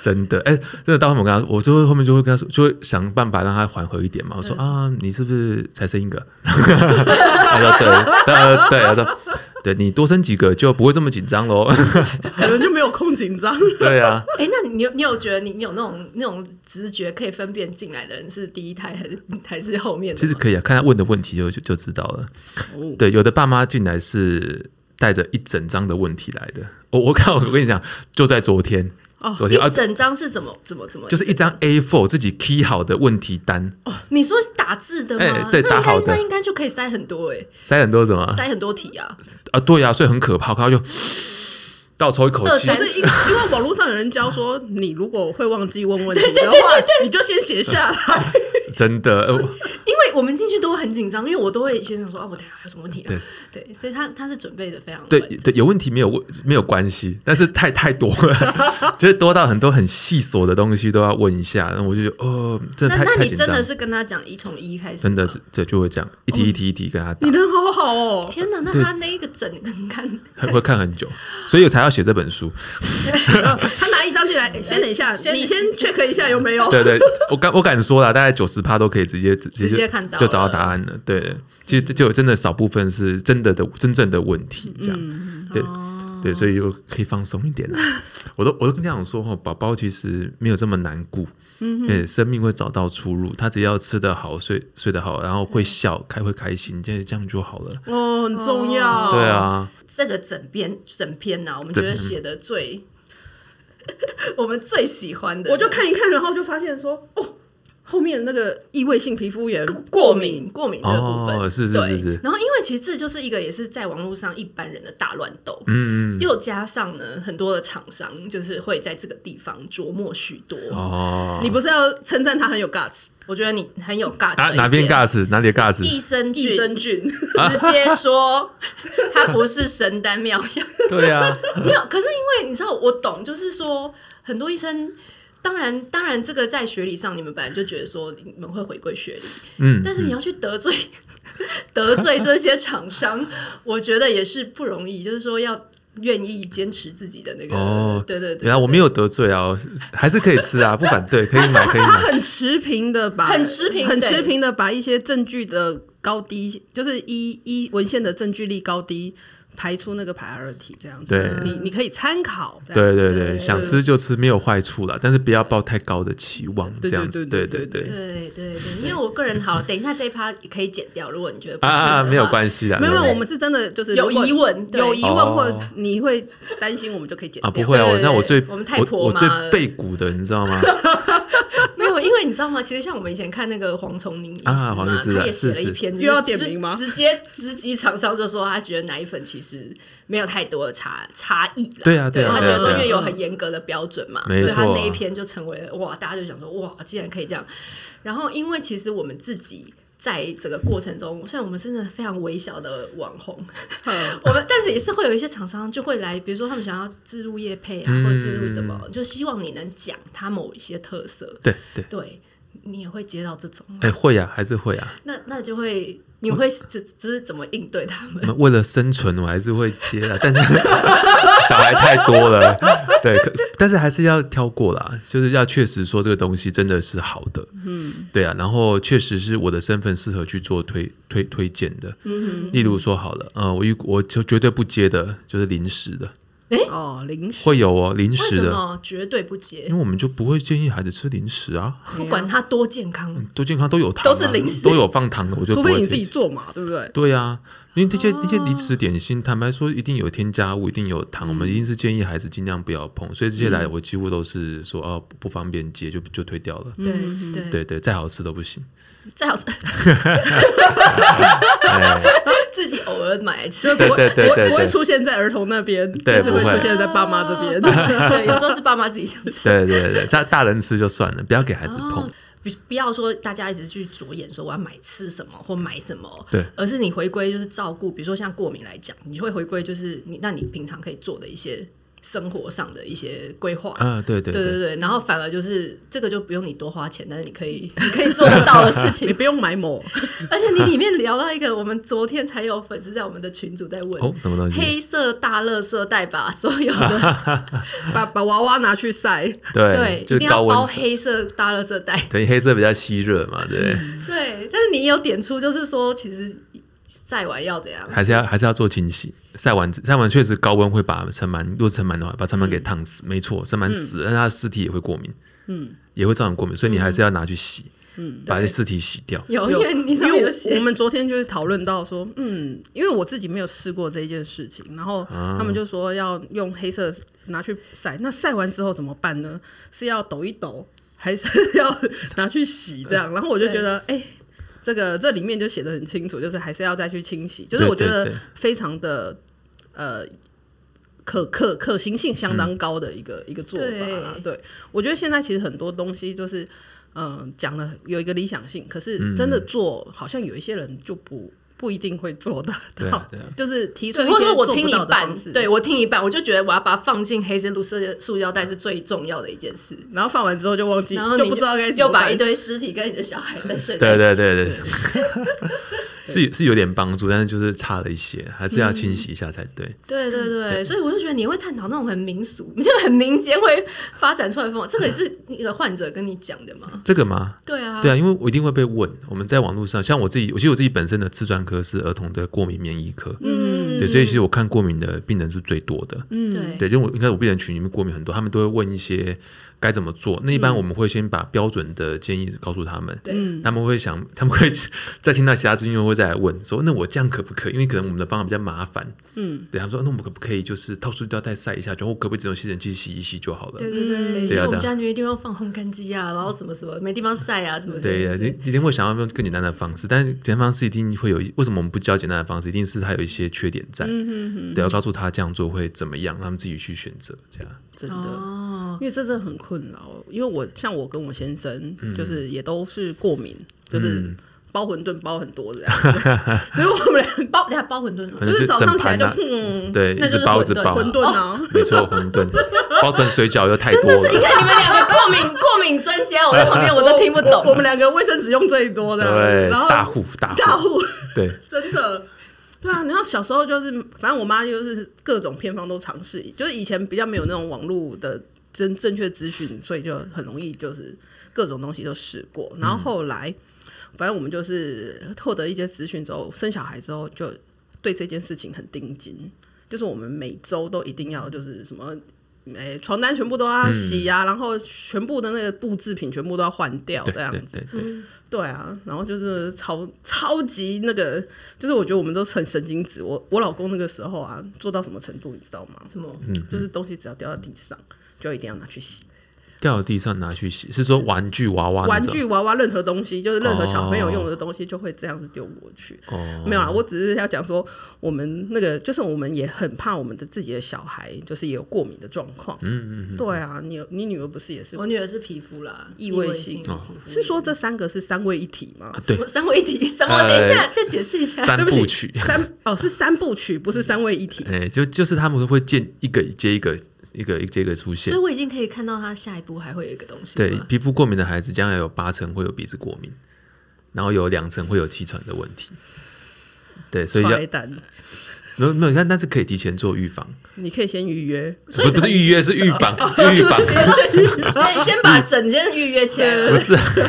Speaker 3: 真的，哎，真的，到后面我跟他，我就会后面就会跟他说，就会想办法让他缓和一点嘛。我说啊，你是不是才生一个？ [laughs] 他说对，呃，对，他说对你多生几个就不会这么紧张喽。
Speaker 1: 可能就没有空紧张。
Speaker 3: [laughs] 对啊，
Speaker 4: [laughs] 哎、那你有你有觉得你你有那种那种直觉可以分辨进来的人是第一胎还是还是后面的吗？
Speaker 3: 其实可以啊，看他问的问题就就就知道了。
Speaker 1: 哦
Speaker 3: 对，有的爸妈进来是带着一整张的问题来的。我我看我跟你讲，就在昨天，
Speaker 1: 哦
Speaker 3: 昨天啊
Speaker 4: 一，整张是怎么怎么怎么？
Speaker 3: 就是一张 A4 自己 key 好的问题单，
Speaker 4: 你说是打字的吗？
Speaker 3: 哎对
Speaker 4: 那应
Speaker 3: 打好
Speaker 4: 该
Speaker 3: 的
Speaker 4: 那应该就可以塞很多哎、
Speaker 3: 塞很多什么啊
Speaker 4: 塞很多题啊。
Speaker 3: 啊？对啊，所以很可怕，看到就倒抽一口
Speaker 4: 二
Speaker 3: 气
Speaker 4: 三。
Speaker 1: 不是因因为网络上有人教说，你如果会忘记问问题的话，你就先写下
Speaker 3: [laughs]
Speaker 1: 来。
Speaker 3: 真的，呃我
Speaker 4: 因为我们进去都会很紧张，因为我都会先想说啊，我等一下还有什么问题、啊？对所以他他是准备的非常
Speaker 3: 对
Speaker 4: 完整
Speaker 3: 对，有问题没有问没有关系，但是太太多
Speaker 4: [laughs]
Speaker 3: 了，就是多到很多很细琐的东西都要问一下，然后我就觉得哦，真的
Speaker 4: 那
Speaker 3: 太
Speaker 4: 那
Speaker 3: 太
Speaker 4: 你
Speaker 3: 紧
Speaker 4: 真
Speaker 3: 张
Speaker 4: 的
Speaker 3: 了，
Speaker 4: 是哦跟他讲一从一开始吗，
Speaker 3: 真的是这就会这样一题一题一题跟他打
Speaker 1: 你，人好好哦，
Speaker 4: 天哪！那
Speaker 3: 对
Speaker 4: 他那一个整个看，
Speaker 3: 会会看很久，所以我才要写这本书。
Speaker 1: 他拿一张进
Speaker 3: [laughs]
Speaker 1: 来，哎先等一下，
Speaker 4: 先
Speaker 1: 你先 check 一下有没有。
Speaker 3: 对对，我敢我敢说啦，大概九十趴都可以直接直接
Speaker 4: 哦直接看到
Speaker 3: 就找到
Speaker 4: 了
Speaker 3: 答案了。对，其实就有真的少部分是真的的真正的问题，这样、
Speaker 4: 嗯
Speaker 3: 对。
Speaker 4: 哦
Speaker 3: 对，所以就可以放松一点啦。我都我都跟家长说哦，宝宝其实没有这么难顾，嗯，生命会找到出路。他只要吃得好、睡睡得好，然后会笑、开会开心，这这样就好了。
Speaker 1: 哦，很重要。
Speaker 3: 对啊，
Speaker 4: 这个整篇整篇呢、我们觉得
Speaker 3: 整
Speaker 4: 写的最， [laughs] 我们最喜欢的，
Speaker 1: 我就看一看，然后就发现说，哦，后面那个异位性皮肤炎
Speaker 4: 过敏，过敏这个部分，
Speaker 3: 哦是是
Speaker 4: 对
Speaker 3: 是是
Speaker 4: 然后因为其实这就是一个也是在网络上一般人的大乱斗，
Speaker 3: 嗯，嗯
Speaker 4: 又加上呢很多的厂商就是会在这个地方琢磨许多。
Speaker 3: 哦，
Speaker 1: 你不是要称赞他很有 guts，
Speaker 4: 我觉得你很有尬，
Speaker 3: 哪哪边？尬死哪里尬死？
Speaker 4: 益生
Speaker 1: 益
Speaker 4: 菌
Speaker 1: 生菌，
Speaker 4: 直接说 [laughs] 它不是神丹妙药，
Speaker 3: 对啊，
Speaker 4: 没有，可是因为你知道，我懂，就是说很多医生，当然，当然，这个在学理上，你们本来就觉得说你们会回归学理，
Speaker 3: 嗯，
Speaker 4: 但是你要去得罪、 [laughs] 得罪这些厂商，我觉得也是不容易，就是说要愿意坚持自己的那个，
Speaker 3: 哦
Speaker 4: 对对对
Speaker 3: 然后我没
Speaker 4: 有
Speaker 3: 有得罪啊，我是还是可以吃啊，不反对，可以买，可
Speaker 1: [laughs]
Speaker 3: 以
Speaker 1: 他
Speaker 3: 买。
Speaker 1: 很持平的把
Speaker 4: 很持平
Speaker 1: 很
Speaker 4: 对
Speaker 1: 持平的把一些证据的高低，就是一一文献的证据力高低排出那个排二题这样子。
Speaker 3: 对
Speaker 1: 你你可以参考。这样
Speaker 3: 对对对，想吃就吃，没有坏处啦，但是不要抱太高的期望，这
Speaker 1: 对
Speaker 3: 样子，
Speaker 1: 对对
Speaker 3: 对
Speaker 1: 对
Speaker 3: 对。
Speaker 4: 对对对，因为我个人好了，等一下这一趴也可以剪掉，如果你觉得不
Speaker 3: 啊
Speaker 4: 是、
Speaker 3: 啊，没有关
Speaker 4: 系，
Speaker 3: 系啦，
Speaker 1: 没有，没有
Speaker 3: 关系
Speaker 1: 我们是真的就是
Speaker 4: 有
Speaker 1: 如果
Speaker 4: 疑问对
Speaker 1: 有疑问
Speaker 3: 哦
Speaker 1: 或你会担心，我们就可以解
Speaker 3: 啊，
Speaker 1: 掉。
Speaker 3: 不会啊，
Speaker 4: 对
Speaker 3: 我
Speaker 4: 对
Speaker 3: 那我最
Speaker 4: 我们太婆
Speaker 3: 我
Speaker 4: 妈
Speaker 3: 最
Speaker 4: 了
Speaker 3: 背骨的，你知道吗？
Speaker 4: 没有，因为你知道吗？其实像我们以前看那个黄崇宁医师嘛，
Speaker 3: 啊黄医师啊
Speaker 4: 他也写了
Speaker 3: 是
Speaker 4: 一
Speaker 3: 是
Speaker 4: 篇，就是
Speaker 1: 又要点名吗
Speaker 4: 直直接直击厂商就说他觉得奶粉其实没有太多的差差异啦。
Speaker 3: 对啊对
Speaker 4: 对
Speaker 3: 啊
Speaker 4: 他觉
Speaker 3: 对啊
Speaker 4: 得说
Speaker 3: 对啊
Speaker 4: 因为有很严格的标准嘛，
Speaker 3: 没
Speaker 4: 对他
Speaker 3: 错
Speaker 4: 那一
Speaker 3: 啊
Speaker 4: 篇就成为了哇，大家就想说哇，竟然可以这样。然后因为其实我们自己。在这个过程中，虽然我们真的非常微小的网红，
Speaker 1: 嗯
Speaker 4: 我们但是也是会有一些厂商就会来，比如说他们想要植入业配啊，或者植入什
Speaker 3: 嗯
Speaker 4: 么，就希望你能讲他某一些特色。
Speaker 3: 对对，啊
Speaker 4: 对你也会接到这种，
Speaker 3: 嗯哎，会呀，还是会呀，
Speaker 4: 那那就会你会只只是怎么应对他们？
Speaker 3: 为了生存，我还是会切的，但是 [laughs] 小孩太多了， [laughs] 对，可但是还是要挑过啦，就是要确实说这个东西真的是好的，嗯，对啊，然后确实是我的身份适合去做推推推荐的，嗯，例如说好了，呃，我一我就绝对不接的，就是零食的，
Speaker 1: 哦，零食
Speaker 3: 会有哦，零
Speaker 4: 为
Speaker 3: 食
Speaker 4: 什
Speaker 3: 的，
Speaker 4: 么绝对不
Speaker 3: 因
Speaker 4: 接？
Speaker 3: 为我们就不会建议孩子吃零食啊，
Speaker 4: 不管他多健康，
Speaker 3: 多健康都有糖、啊，
Speaker 4: 都是零食
Speaker 3: 都有放糖的，我就
Speaker 1: 除
Speaker 3: 不会
Speaker 1: 非你自
Speaker 3: 推
Speaker 1: 己做嘛，对不对？
Speaker 3: 对啊，因为那些那些零食点心，坦白说，一定有添加物，一定有糖，我们一定是建议孩子尽量不要碰。所以这些来，我几乎都是说哦，不不方便接，就就推掉了。
Speaker 4: 对对
Speaker 3: 嗯对对，再好吃都不行。
Speaker 4: 最
Speaker 3: [laughs]
Speaker 4: 好是自己偶尔买来吃
Speaker 1: 就。不会
Speaker 3: [laughs] 对对对
Speaker 1: 不会
Speaker 3: 对
Speaker 1: 不会出现在儿童那边，
Speaker 3: 对
Speaker 1: 但是会
Speaker 3: 不会
Speaker 1: 出现在爸妈这边。
Speaker 4: [laughs]
Speaker 3: [laughs]
Speaker 4: 对，有时候是爸妈自己想吃，
Speaker 3: 对对对，大大人吃就算了，不要给孩子碰。
Speaker 4: 不不要说大家一直去着眼说我要买吃什么或买什么，
Speaker 3: 对
Speaker 4: 而是你回归就是照顾，比如说像过敏来讲，你会回归就是你那你平常可以做的一些生活上的一些规划。
Speaker 3: 啊，对对
Speaker 4: 对对
Speaker 3: 对，
Speaker 4: 对，然后反而就是这个就不用你多花钱，但是你可以你可以做得到的事
Speaker 1: [laughs] 你
Speaker 4: 情，
Speaker 1: 不用买某，
Speaker 4: 而且你里面聊到一个，我们昨天才有粉丝在我们的群组在问，
Speaker 3: 哦，什么东西？
Speaker 4: 黑色大垃圾袋把所有的 [laughs]
Speaker 1: 把把娃娃拿去晒，
Speaker 3: 对
Speaker 4: 对，，一
Speaker 3: 就
Speaker 4: 定
Speaker 3: 是
Speaker 4: 要
Speaker 3: 高
Speaker 4: 包
Speaker 3: 温色。
Speaker 4: 黑色大垃圾袋。 [laughs]
Speaker 3: 对，黑色比较吸热嘛，对不对，
Speaker 4: 对，但是你有点出，就是说其实晒完要怎样？
Speaker 3: 还是要还是要做清洗。晒完晒完确实高温会把尘螨，若是尘螨的话，把尘螨给烫死，没错，尘螨死，但它的尸体也会过敏，嗯，也会造成过敏，所以你还是要拿去洗，嗯，把这尸体洗掉。
Speaker 4: 有，因为你上
Speaker 1: 因
Speaker 4: 面
Speaker 1: 为
Speaker 4: 有
Speaker 1: 我我
Speaker 4: 写，
Speaker 1: 们昨天就是讨论到说，嗯，因为我自己没有试过这一件事情，然后
Speaker 3: 啊
Speaker 1: 他们就说要用黑色拿去晒，那晒完之后怎么办呢？是要抖一抖，还是要拿去洗这
Speaker 3: [laughs]
Speaker 1: 样？然后我就觉得，哎、这个这里面就写的很清楚，就是还是要再去清洗，就是
Speaker 3: 对
Speaker 1: 我觉
Speaker 3: 对
Speaker 1: 得
Speaker 3: 对
Speaker 1: 非常的呃可可可行性相当
Speaker 3: 嗯
Speaker 1: 高的一个、一个做法啦。对，我觉得现在其实很多东西就是，嗯、讲了有一个理想性，可是真的做，好像有一些人就不不一定会做得
Speaker 3: 对
Speaker 1: 到
Speaker 3: 啊，对啊
Speaker 1: 就是提出
Speaker 4: 对，
Speaker 1: 一
Speaker 4: 或者
Speaker 1: 些
Speaker 4: 说我
Speaker 1: 做
Speaker 4: 听
Speaker 1: 不
Speaker 4: 一
Speaker 1: 到的
Speaker 4: 半
Speaker 1: 方，式，
Speaker 4: 对。我听一半，我就觉得我要把它放进黑色路塑塑胶袋是最重要的一件事。
Speaker 1: 然后放完之后就忘记，
Speaker 4: 然后
Speaker 1: 就
Speaker 4: 你
Speaker 1: 不知道该怎
Speaker 4: 又
Speaker 1: 么
Speaker 4: 把
Speaker 1: 办
Speaker 4: 一。堆尸体跟你的小孩在睡在
Speaker 3: 对
Speaker 4: 一起，
Speaker 3: 对对对， [laughs] 是是有点帮助，但是就是差了一些，还是要清洗一下才对。
Speaker 4: 对对对所以我就觉得你会探讨那种很民俗， [laughs] 就很民间会发展出来的风，这个也是那个患者跟你讲的
Speaker 1: 嗯
Speaker 4: 吗？
Speaker 3: 这个吗？
Speaker 4: 对啊，
Speaker 3: 对啊，因为我一定会被问。我们在网络上，像我自己，我其实我自己本身的次专科是儿童的过敏免疫科，
Speaker 4: 嗯
Speaker 3: 对，所以其实我看过敏的病人是最多的。
Speaker 1: 嗯
Speaker 4: 对
Speaker 3: 对，就我应该我病人群里面过敏很多，他们都会问一些该怎么做。那一
Speaker 1: 嗯
Speaker 3: 般我们会先把标准的建议告诉他们，
Speaker 4: 对
Speaker 3: 他们会想，他们会 [laughs] 再听到其他资讯会再来问说，那我这样可不可以？因为可能我们的方法比较麻烦，嗯，对，他们说那我们可不可以就是套塑胶袋晒一下，就或可不可以只用吸尘器洗一洗就好了？
Speaker 4: 对对
Speaker 1: 嗯
Speaker 4: 对，因
Speaker 3: 对
Speaker 4: 为
Speaker 3: 啊
Speaker 4: 我
Speaker 3: 对
Speaker 4: 们
Speaker 3: 啊
Speaker 4: 家没地方放烘干机啊，然后什么什么没地方晒啊，什么的。
Speaker 3: 对呀，你一定会想要用更简单的方式，但是简单方式一定会有一，为什么我们不教简单的方式？一定是它有一些缺点在，嗯嗯对，要告诉他这样做会怎么样，让他们自己去选择，这样
Speaker 1: 真的，
Speaker 4: 哦
Speaker 1: 因为这真的很困扰。因为我像我跟我先生，
Speaker 3: 嗯
Speaker 1: 就是也都是过敏，就是包馄饨包很多这样 [laughs] 子，所以我们俩
Speaker 4: 包等下包馄饨吗
Speaker 3: 可？能
Speaker 1: 就是早
Speaker 3: 整
Speaker 1: 上起来
Speaker 3: 盘
Speaker 1: 就 [laughs]
Speaker 3: 啊，
Speaker 1: 嗯，
Speaker 3: 对，一
Speaker 4: 那就是
Speaker 3: 直包一直包，
Speaker 1: 馄饨
Speaker 4: 哦
Speaker 1: 啊，
Speaker 3: 没错，馄饨，
Speaker 1: [laughs]
Speaker 3: 包成水饺又太多
Speaker 4: 你
Speaker 3: 了，
Speaker 4: 看你们两个过敏过敏专家，我在旁边我都听不
Speaker 1: 我我
Speaker 4: 懂。
Speaker 1: 们两个卫生纸用最多的，
Speaker 3: 对，
Speaker 1: 然后
Speaker 3: 大户大户
Speaker 1: 大户
Speaker 3: 对，
Speaker 1: 真的。对啊，然后小时候就是，反正我妈就是各种偏方都尝试，就是以前比较没有那种网络的真正确资讯，所以就很容易就是各种东西都试过。然后
Speaker 3: 嗯
Speaker 1: 后来，反正我们就是获得一些资讯之后，生小孩之后就对这件事情很盯紧，就是我们每周都一定要就是什么。哎、床单全部都
Speaker 3: 嗯
Speaker 1: 要洗呀、然后全部的那个布制品全部都要换掉，
Speaker 3: 对
Speaker 1: 哦这样
Speaker 3: 对
Speaker 1: 子。嗯
Speaker 3: 对对，
Speaker 1: 对啊，然后就是超超级那个，就是我觉得我们都很神经质。我我老公那个时候啊，做到什么程度你知道吗？
Speaker 4: 什么？
Speaker 3: 嗯
Speaker 1: 就是东西只要掉到地上，就一定要拿去洗。
Speaker 3: 掉到地上拿去洗，是说玩具娃娃啊那
Speaker 1: 玩
Speaker 3: 种
Speaker 1: 具 [laughs] 娃娃，任何东西，就是任何小朋友用的东西，就会这样子丢过去。
Speaker 3: 哦，
Speaker 1: 没有啊啦，我只是要讲说，我们那个就是我们也很怕我们的自己的小孩，就是也有过敏的状况。嗯嗯对啊，你你女儿不是也是？
Speaker 4: 我女儿是皮肤啦，
Speaker 1: 异位性
Speaker 4: 性
Speaker 3: 哦
Speaker 1: 是说这三个是三位一体
Speaker 3: [laughs]
Speaker 1: 吗？
Speaker 3: 对
Speaker 4: 什么三位一体？什么？等一下，
Speaker 3: 呃
Speaker 4: 再解释一下。
Speaker 3: 三
Speaker 1: 对不
Speaker 3: 部
Speaker 1: 起
Speaker 3: 曲，
Speaker 1: 三哦是三部曲，不是三位一体。
Speaker 3: 哎、就就是他们会见一个接一个，一个一个接一个出现
Speaker 4: 所以。我已经可以看到她下一步还会有一个东西
Speaker 3: 对
Speaker 4: [laughs] 吗，
Speaker 3: 皮肤过敏的孩子，将来有八成会有鼻子过敏，然后有两成会有气喘的问题。对，所以要
Speaker 1: 踹单，
Speaker 3: 没有没有，但但是可以提前做预防，
Speaker 1: 你可以先预约，
Speaker 3: 不是不是预约是预防预防，
Speaker 4: 所以先把整间预约起来了，
Speaker 3: 不是， [laughs]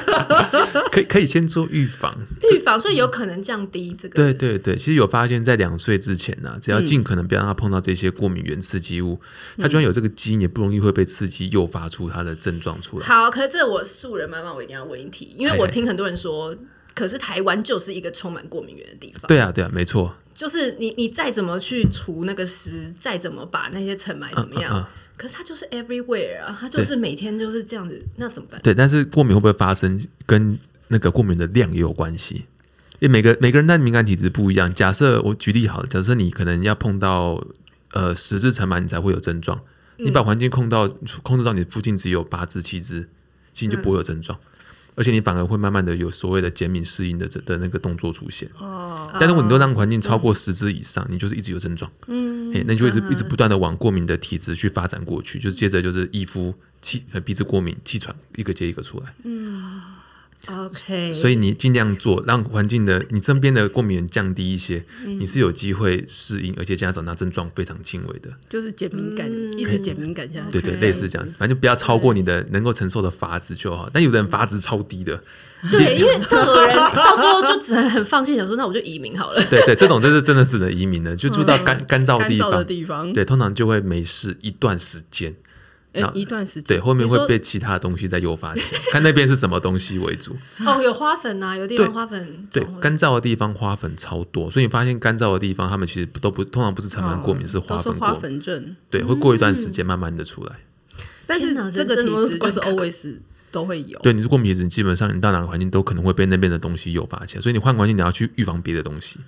Speaker 3: 可以可以先做预防。
Speaker 4: 预防，所以有可能降低这个。
Speaker 3: 对对对，其实有发现，在两岁之前呢、只要尽可能不要让他碰到这些过敏原刺激物，他居然有这个基因，也不容易会被刺激诱发出他的症状出来。
Speaker 4: 好，可是这我素人妈妈，我一定要问一题，因为
Speaker 3: 哎
Speaker 4: 我
Speaker 3: 哎
Speaker 4: 听很多人说，可是台湾就是一个充满过敏源的地方。
Speaker 3: 对啊对啊，没错，
Speaker 4: 就是你你再怎么去除那个湿，再怎么把那些尘霾怎么样，
Speaker 3: 嗯嗯嗯
Speaker 4: 可是它就是 everywhere 啊，它就是每天就是这样子，啊那怎么办？
Speaker 3: 对，但是过敏会不会发生，跟那个过敏的量也有关系。因为每个每个人的敏感体质不一样。假设我举例好了，假设你可能要碰到呃十只尘螨，你才会有症状。你把环境控到控制到你附近只有八只七只，其实你就不会有症状，而且你反而会慢慢的有所谓的减敏适应的这的那个动作出现。哦，但如果你都让环境超
Speaker 1: 嗯
Speaker 3: 过十只以上，你就是一直有症状。嗯，那你就一直、一直不断的往过敏的体质去发展过去，就接着就是易肤。气呃鼻子过敏、气喘，一个接一个出来。
Speaker 1: 嗯
Speaker 4: OK，
Speaker 3: 所以你尽量做，让环境的你身边的过敏源降低一些，
Speaker 1: 嗯
Speaker 3: 你是有机会适应，而且家长那症状非常轻微的，
Speaker 1: 就是减敏感，
Speaker 4: 嗯
Speaker 1: 一直减敏感下去。
Speaker 3: 对对，类似这样，反正就不要超过你的能够承受的阀值就好。但有的人阀值超
Speaker 1: [laughs]
Speaker 3: 低的，
Speaker 4: 对，因为到有人到最后就只能很放弃，想说那我就移民好了。
Speaker 3: 对对，这种真是真的只能移民了，就住到干干燥
Speaker 1: 嗯
Speaker 3: 的
Speaker 1: 干
Speaker 3: 地
Speaker 1: 燥的
Speaker 3: 方，
Speaker 1: 地方，
Speaker 3: 对，通常就会没事一段时间，
Speaker 1: 哎
Speaker 3: 那，
Speaker 1: 一段时间
Speaker 3: 对，，后面
Speaker 4: 你说
Speaker 3: 会被其他的东西再诱发起来，看那边是什么东西为主。
Speaker 4: 哦，有花粉啊，有地
Speaker 3: 对
Speaker 4: 方花粉
Speaker 3: 对
Speaker 4: 种，
Speaker 3: 干燥的地方花粉超多，所以你发现干燥的地方，他们其实都不通常不是尘螨过敏，是花
Speaker 1: 哦都是
Speaker 3: 粉
Speaker 1: 花
Speaker 3: 过敏。
Speaker 1: 粉症，
Speaker 3: 对，会过一段时间慢慢的出来。
Speaker 1: 但是
Speaker 4: 天哪
Speaker 1: 这个
Speaker 4: 人生
Speaker 1: 体质就是
Speaker 4: 都是
Speaker 1: always 都会有。
Speaker 3: 对，你是过敏体质，基本上你到哪个环境都可能会被那边的东西诱发起来，所以你换环境你要去预防别的东西。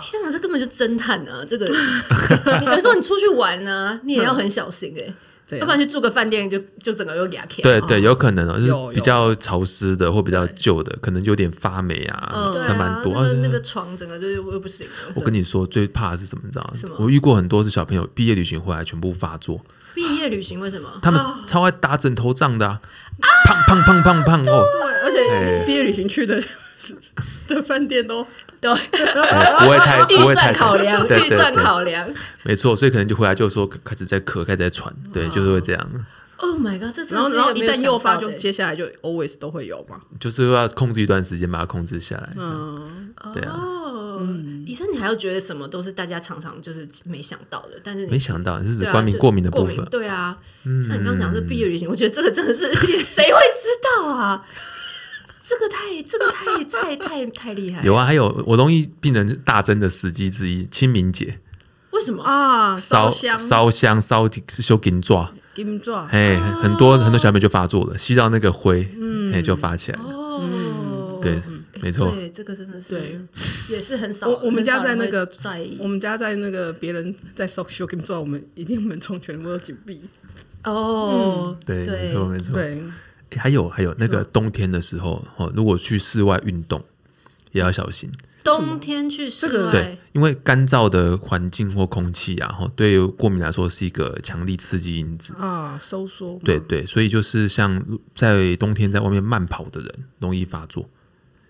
Speaker 4: 天哪，这根本就侦探啊！这个你 [laughs] 有时候你出去玩呢、你也要很小心哎、
Speaker 1: 对啊
Speaker 4: 要不然去住个饭店就就整个又给它 K。
Speaker 3: 对对，有可能哦，就
Speaker 1: 有
Speaker 3: 是比较潮湿的或比较旧的，可能有点发霉啊，
Speaker 1: 嗯
Speaker 4: 对
Speaker 3: 尘
Speaker 4: 啊
Speaker 3: 螨，
Speaker 4: 那
Speaker 3: 多。
Speaker 4: 个
Speaker 3: 啊
Speaker 4: 那个床整个就是又不行了。
Speaker 3: 我跟你说，最怕的是什么？你知道
Speaker 4: 什么
Speaker 3: 吗？我遇过很多是小朋友毕业旅行回来全部发作，
Speaker 4: 毕业旅行为什么？
Speaker 3: 他们超爱打枕头仗的啊，胖胖胖胖胖哦，
Speaker 1: 对，而且
Speaker 3: 哎
Speaker 1: 毕业旅行去的 [laughs] 的饭店都
Speaker 4: 对，
Speaker 3: 哎不会太不
Speaker 4: [laughs] 预
Speaker 3: 会太
Speaker 4: 算考量，
Speaker 3: 对对
Speaker 4: 预算
Speaker 3: 对
Speaker 4: 考量。
Speaker 3: 没错，所以可能就回来就说开始在咳，开始在喘，
Speaker 4: 嗯
Speaker 3: 对，就是会这样，
Speaker 4: Oh my god！这真的是
Speaker 1: 然后，然后
Speaker 4: 没
Speaker 1: 一
Speaker 4: 有
Speaker 1: 旦
Speaker 4: 想
Speaker 1: 诱发，
Speaker 4: 到
Speaker 1: 就
Speaker 4: 的欸
Speaker 1: 接下来就 always 都会有嘛。
Speaker 3: 就是要控制一段时间把它控制下来。这样
Speaker 1: 嗯，
Speaker 3: 对啊
Speaker 4: 哦。医生，你还要觉得什么都是大家常常就是没想到的，但是你
Speaker 3: 没想到你是指
Speaker 4: 对啊
Speaker 3: 过敏
Speaker 4: 就
Speaker 3: 过敏的部
Speaker 4: 过
Speaker 3: 分嗯
Speaker 4: 敏，对啊，像你刚刚讲的是毕业旅行，我觉得这个真的是 [laughs] 谁会知道啊？这个太这个太太太太厉害了，
Speaker 3: 有啊，还有我容易病人大增的时机之一，清明节
Speaker 4: 为什么？
Speaker 1: 啊，烧香、
Speaker 3: 烧香烧修金爪，
Speaker 1: 金爪，
Speaker 3: 哎，很
Speaker 4: 哦
Speaker 3: 多很多小妹就发作了，吸到那个灰，
Speaker 4: 嗯
Speaker 3: 哎，就发起来了。
Speaker 4: 哦，
Speaker 3: 嗯对，没错，
Speaker 4: 对，这个真的是
Speaker 1: 对，
Speaker 4: 也是很少。
Speaker 1: 我我们家
Speaker 4: 很少人
Speaker 1: 在那个
Speaker 4: 会在意
Speaker 1: 我们家在那个别人在烧修金爪，我们一定门窗全部都紧闭。嗯
Speaker 4: 哦，
Speaker 3: 嗯对，没错，没错。
Speaker 1: 对，
Speaker 3: 诶还有还有那个冬天的时候，哦，如果去室外运动也要小心。
Speaker 4: 冬天去室
Speaker 1: 这个
Speaker 4: 外，
Speaker 3: 对，因为干燥的环境或空气啊，哈，对于过敏来说是一个强力刺激因子。
Speaker 1: 啊，收缩嘛，
Speaker 3: 对对，所以就是像在冬天在外面慢跑的人容易发作，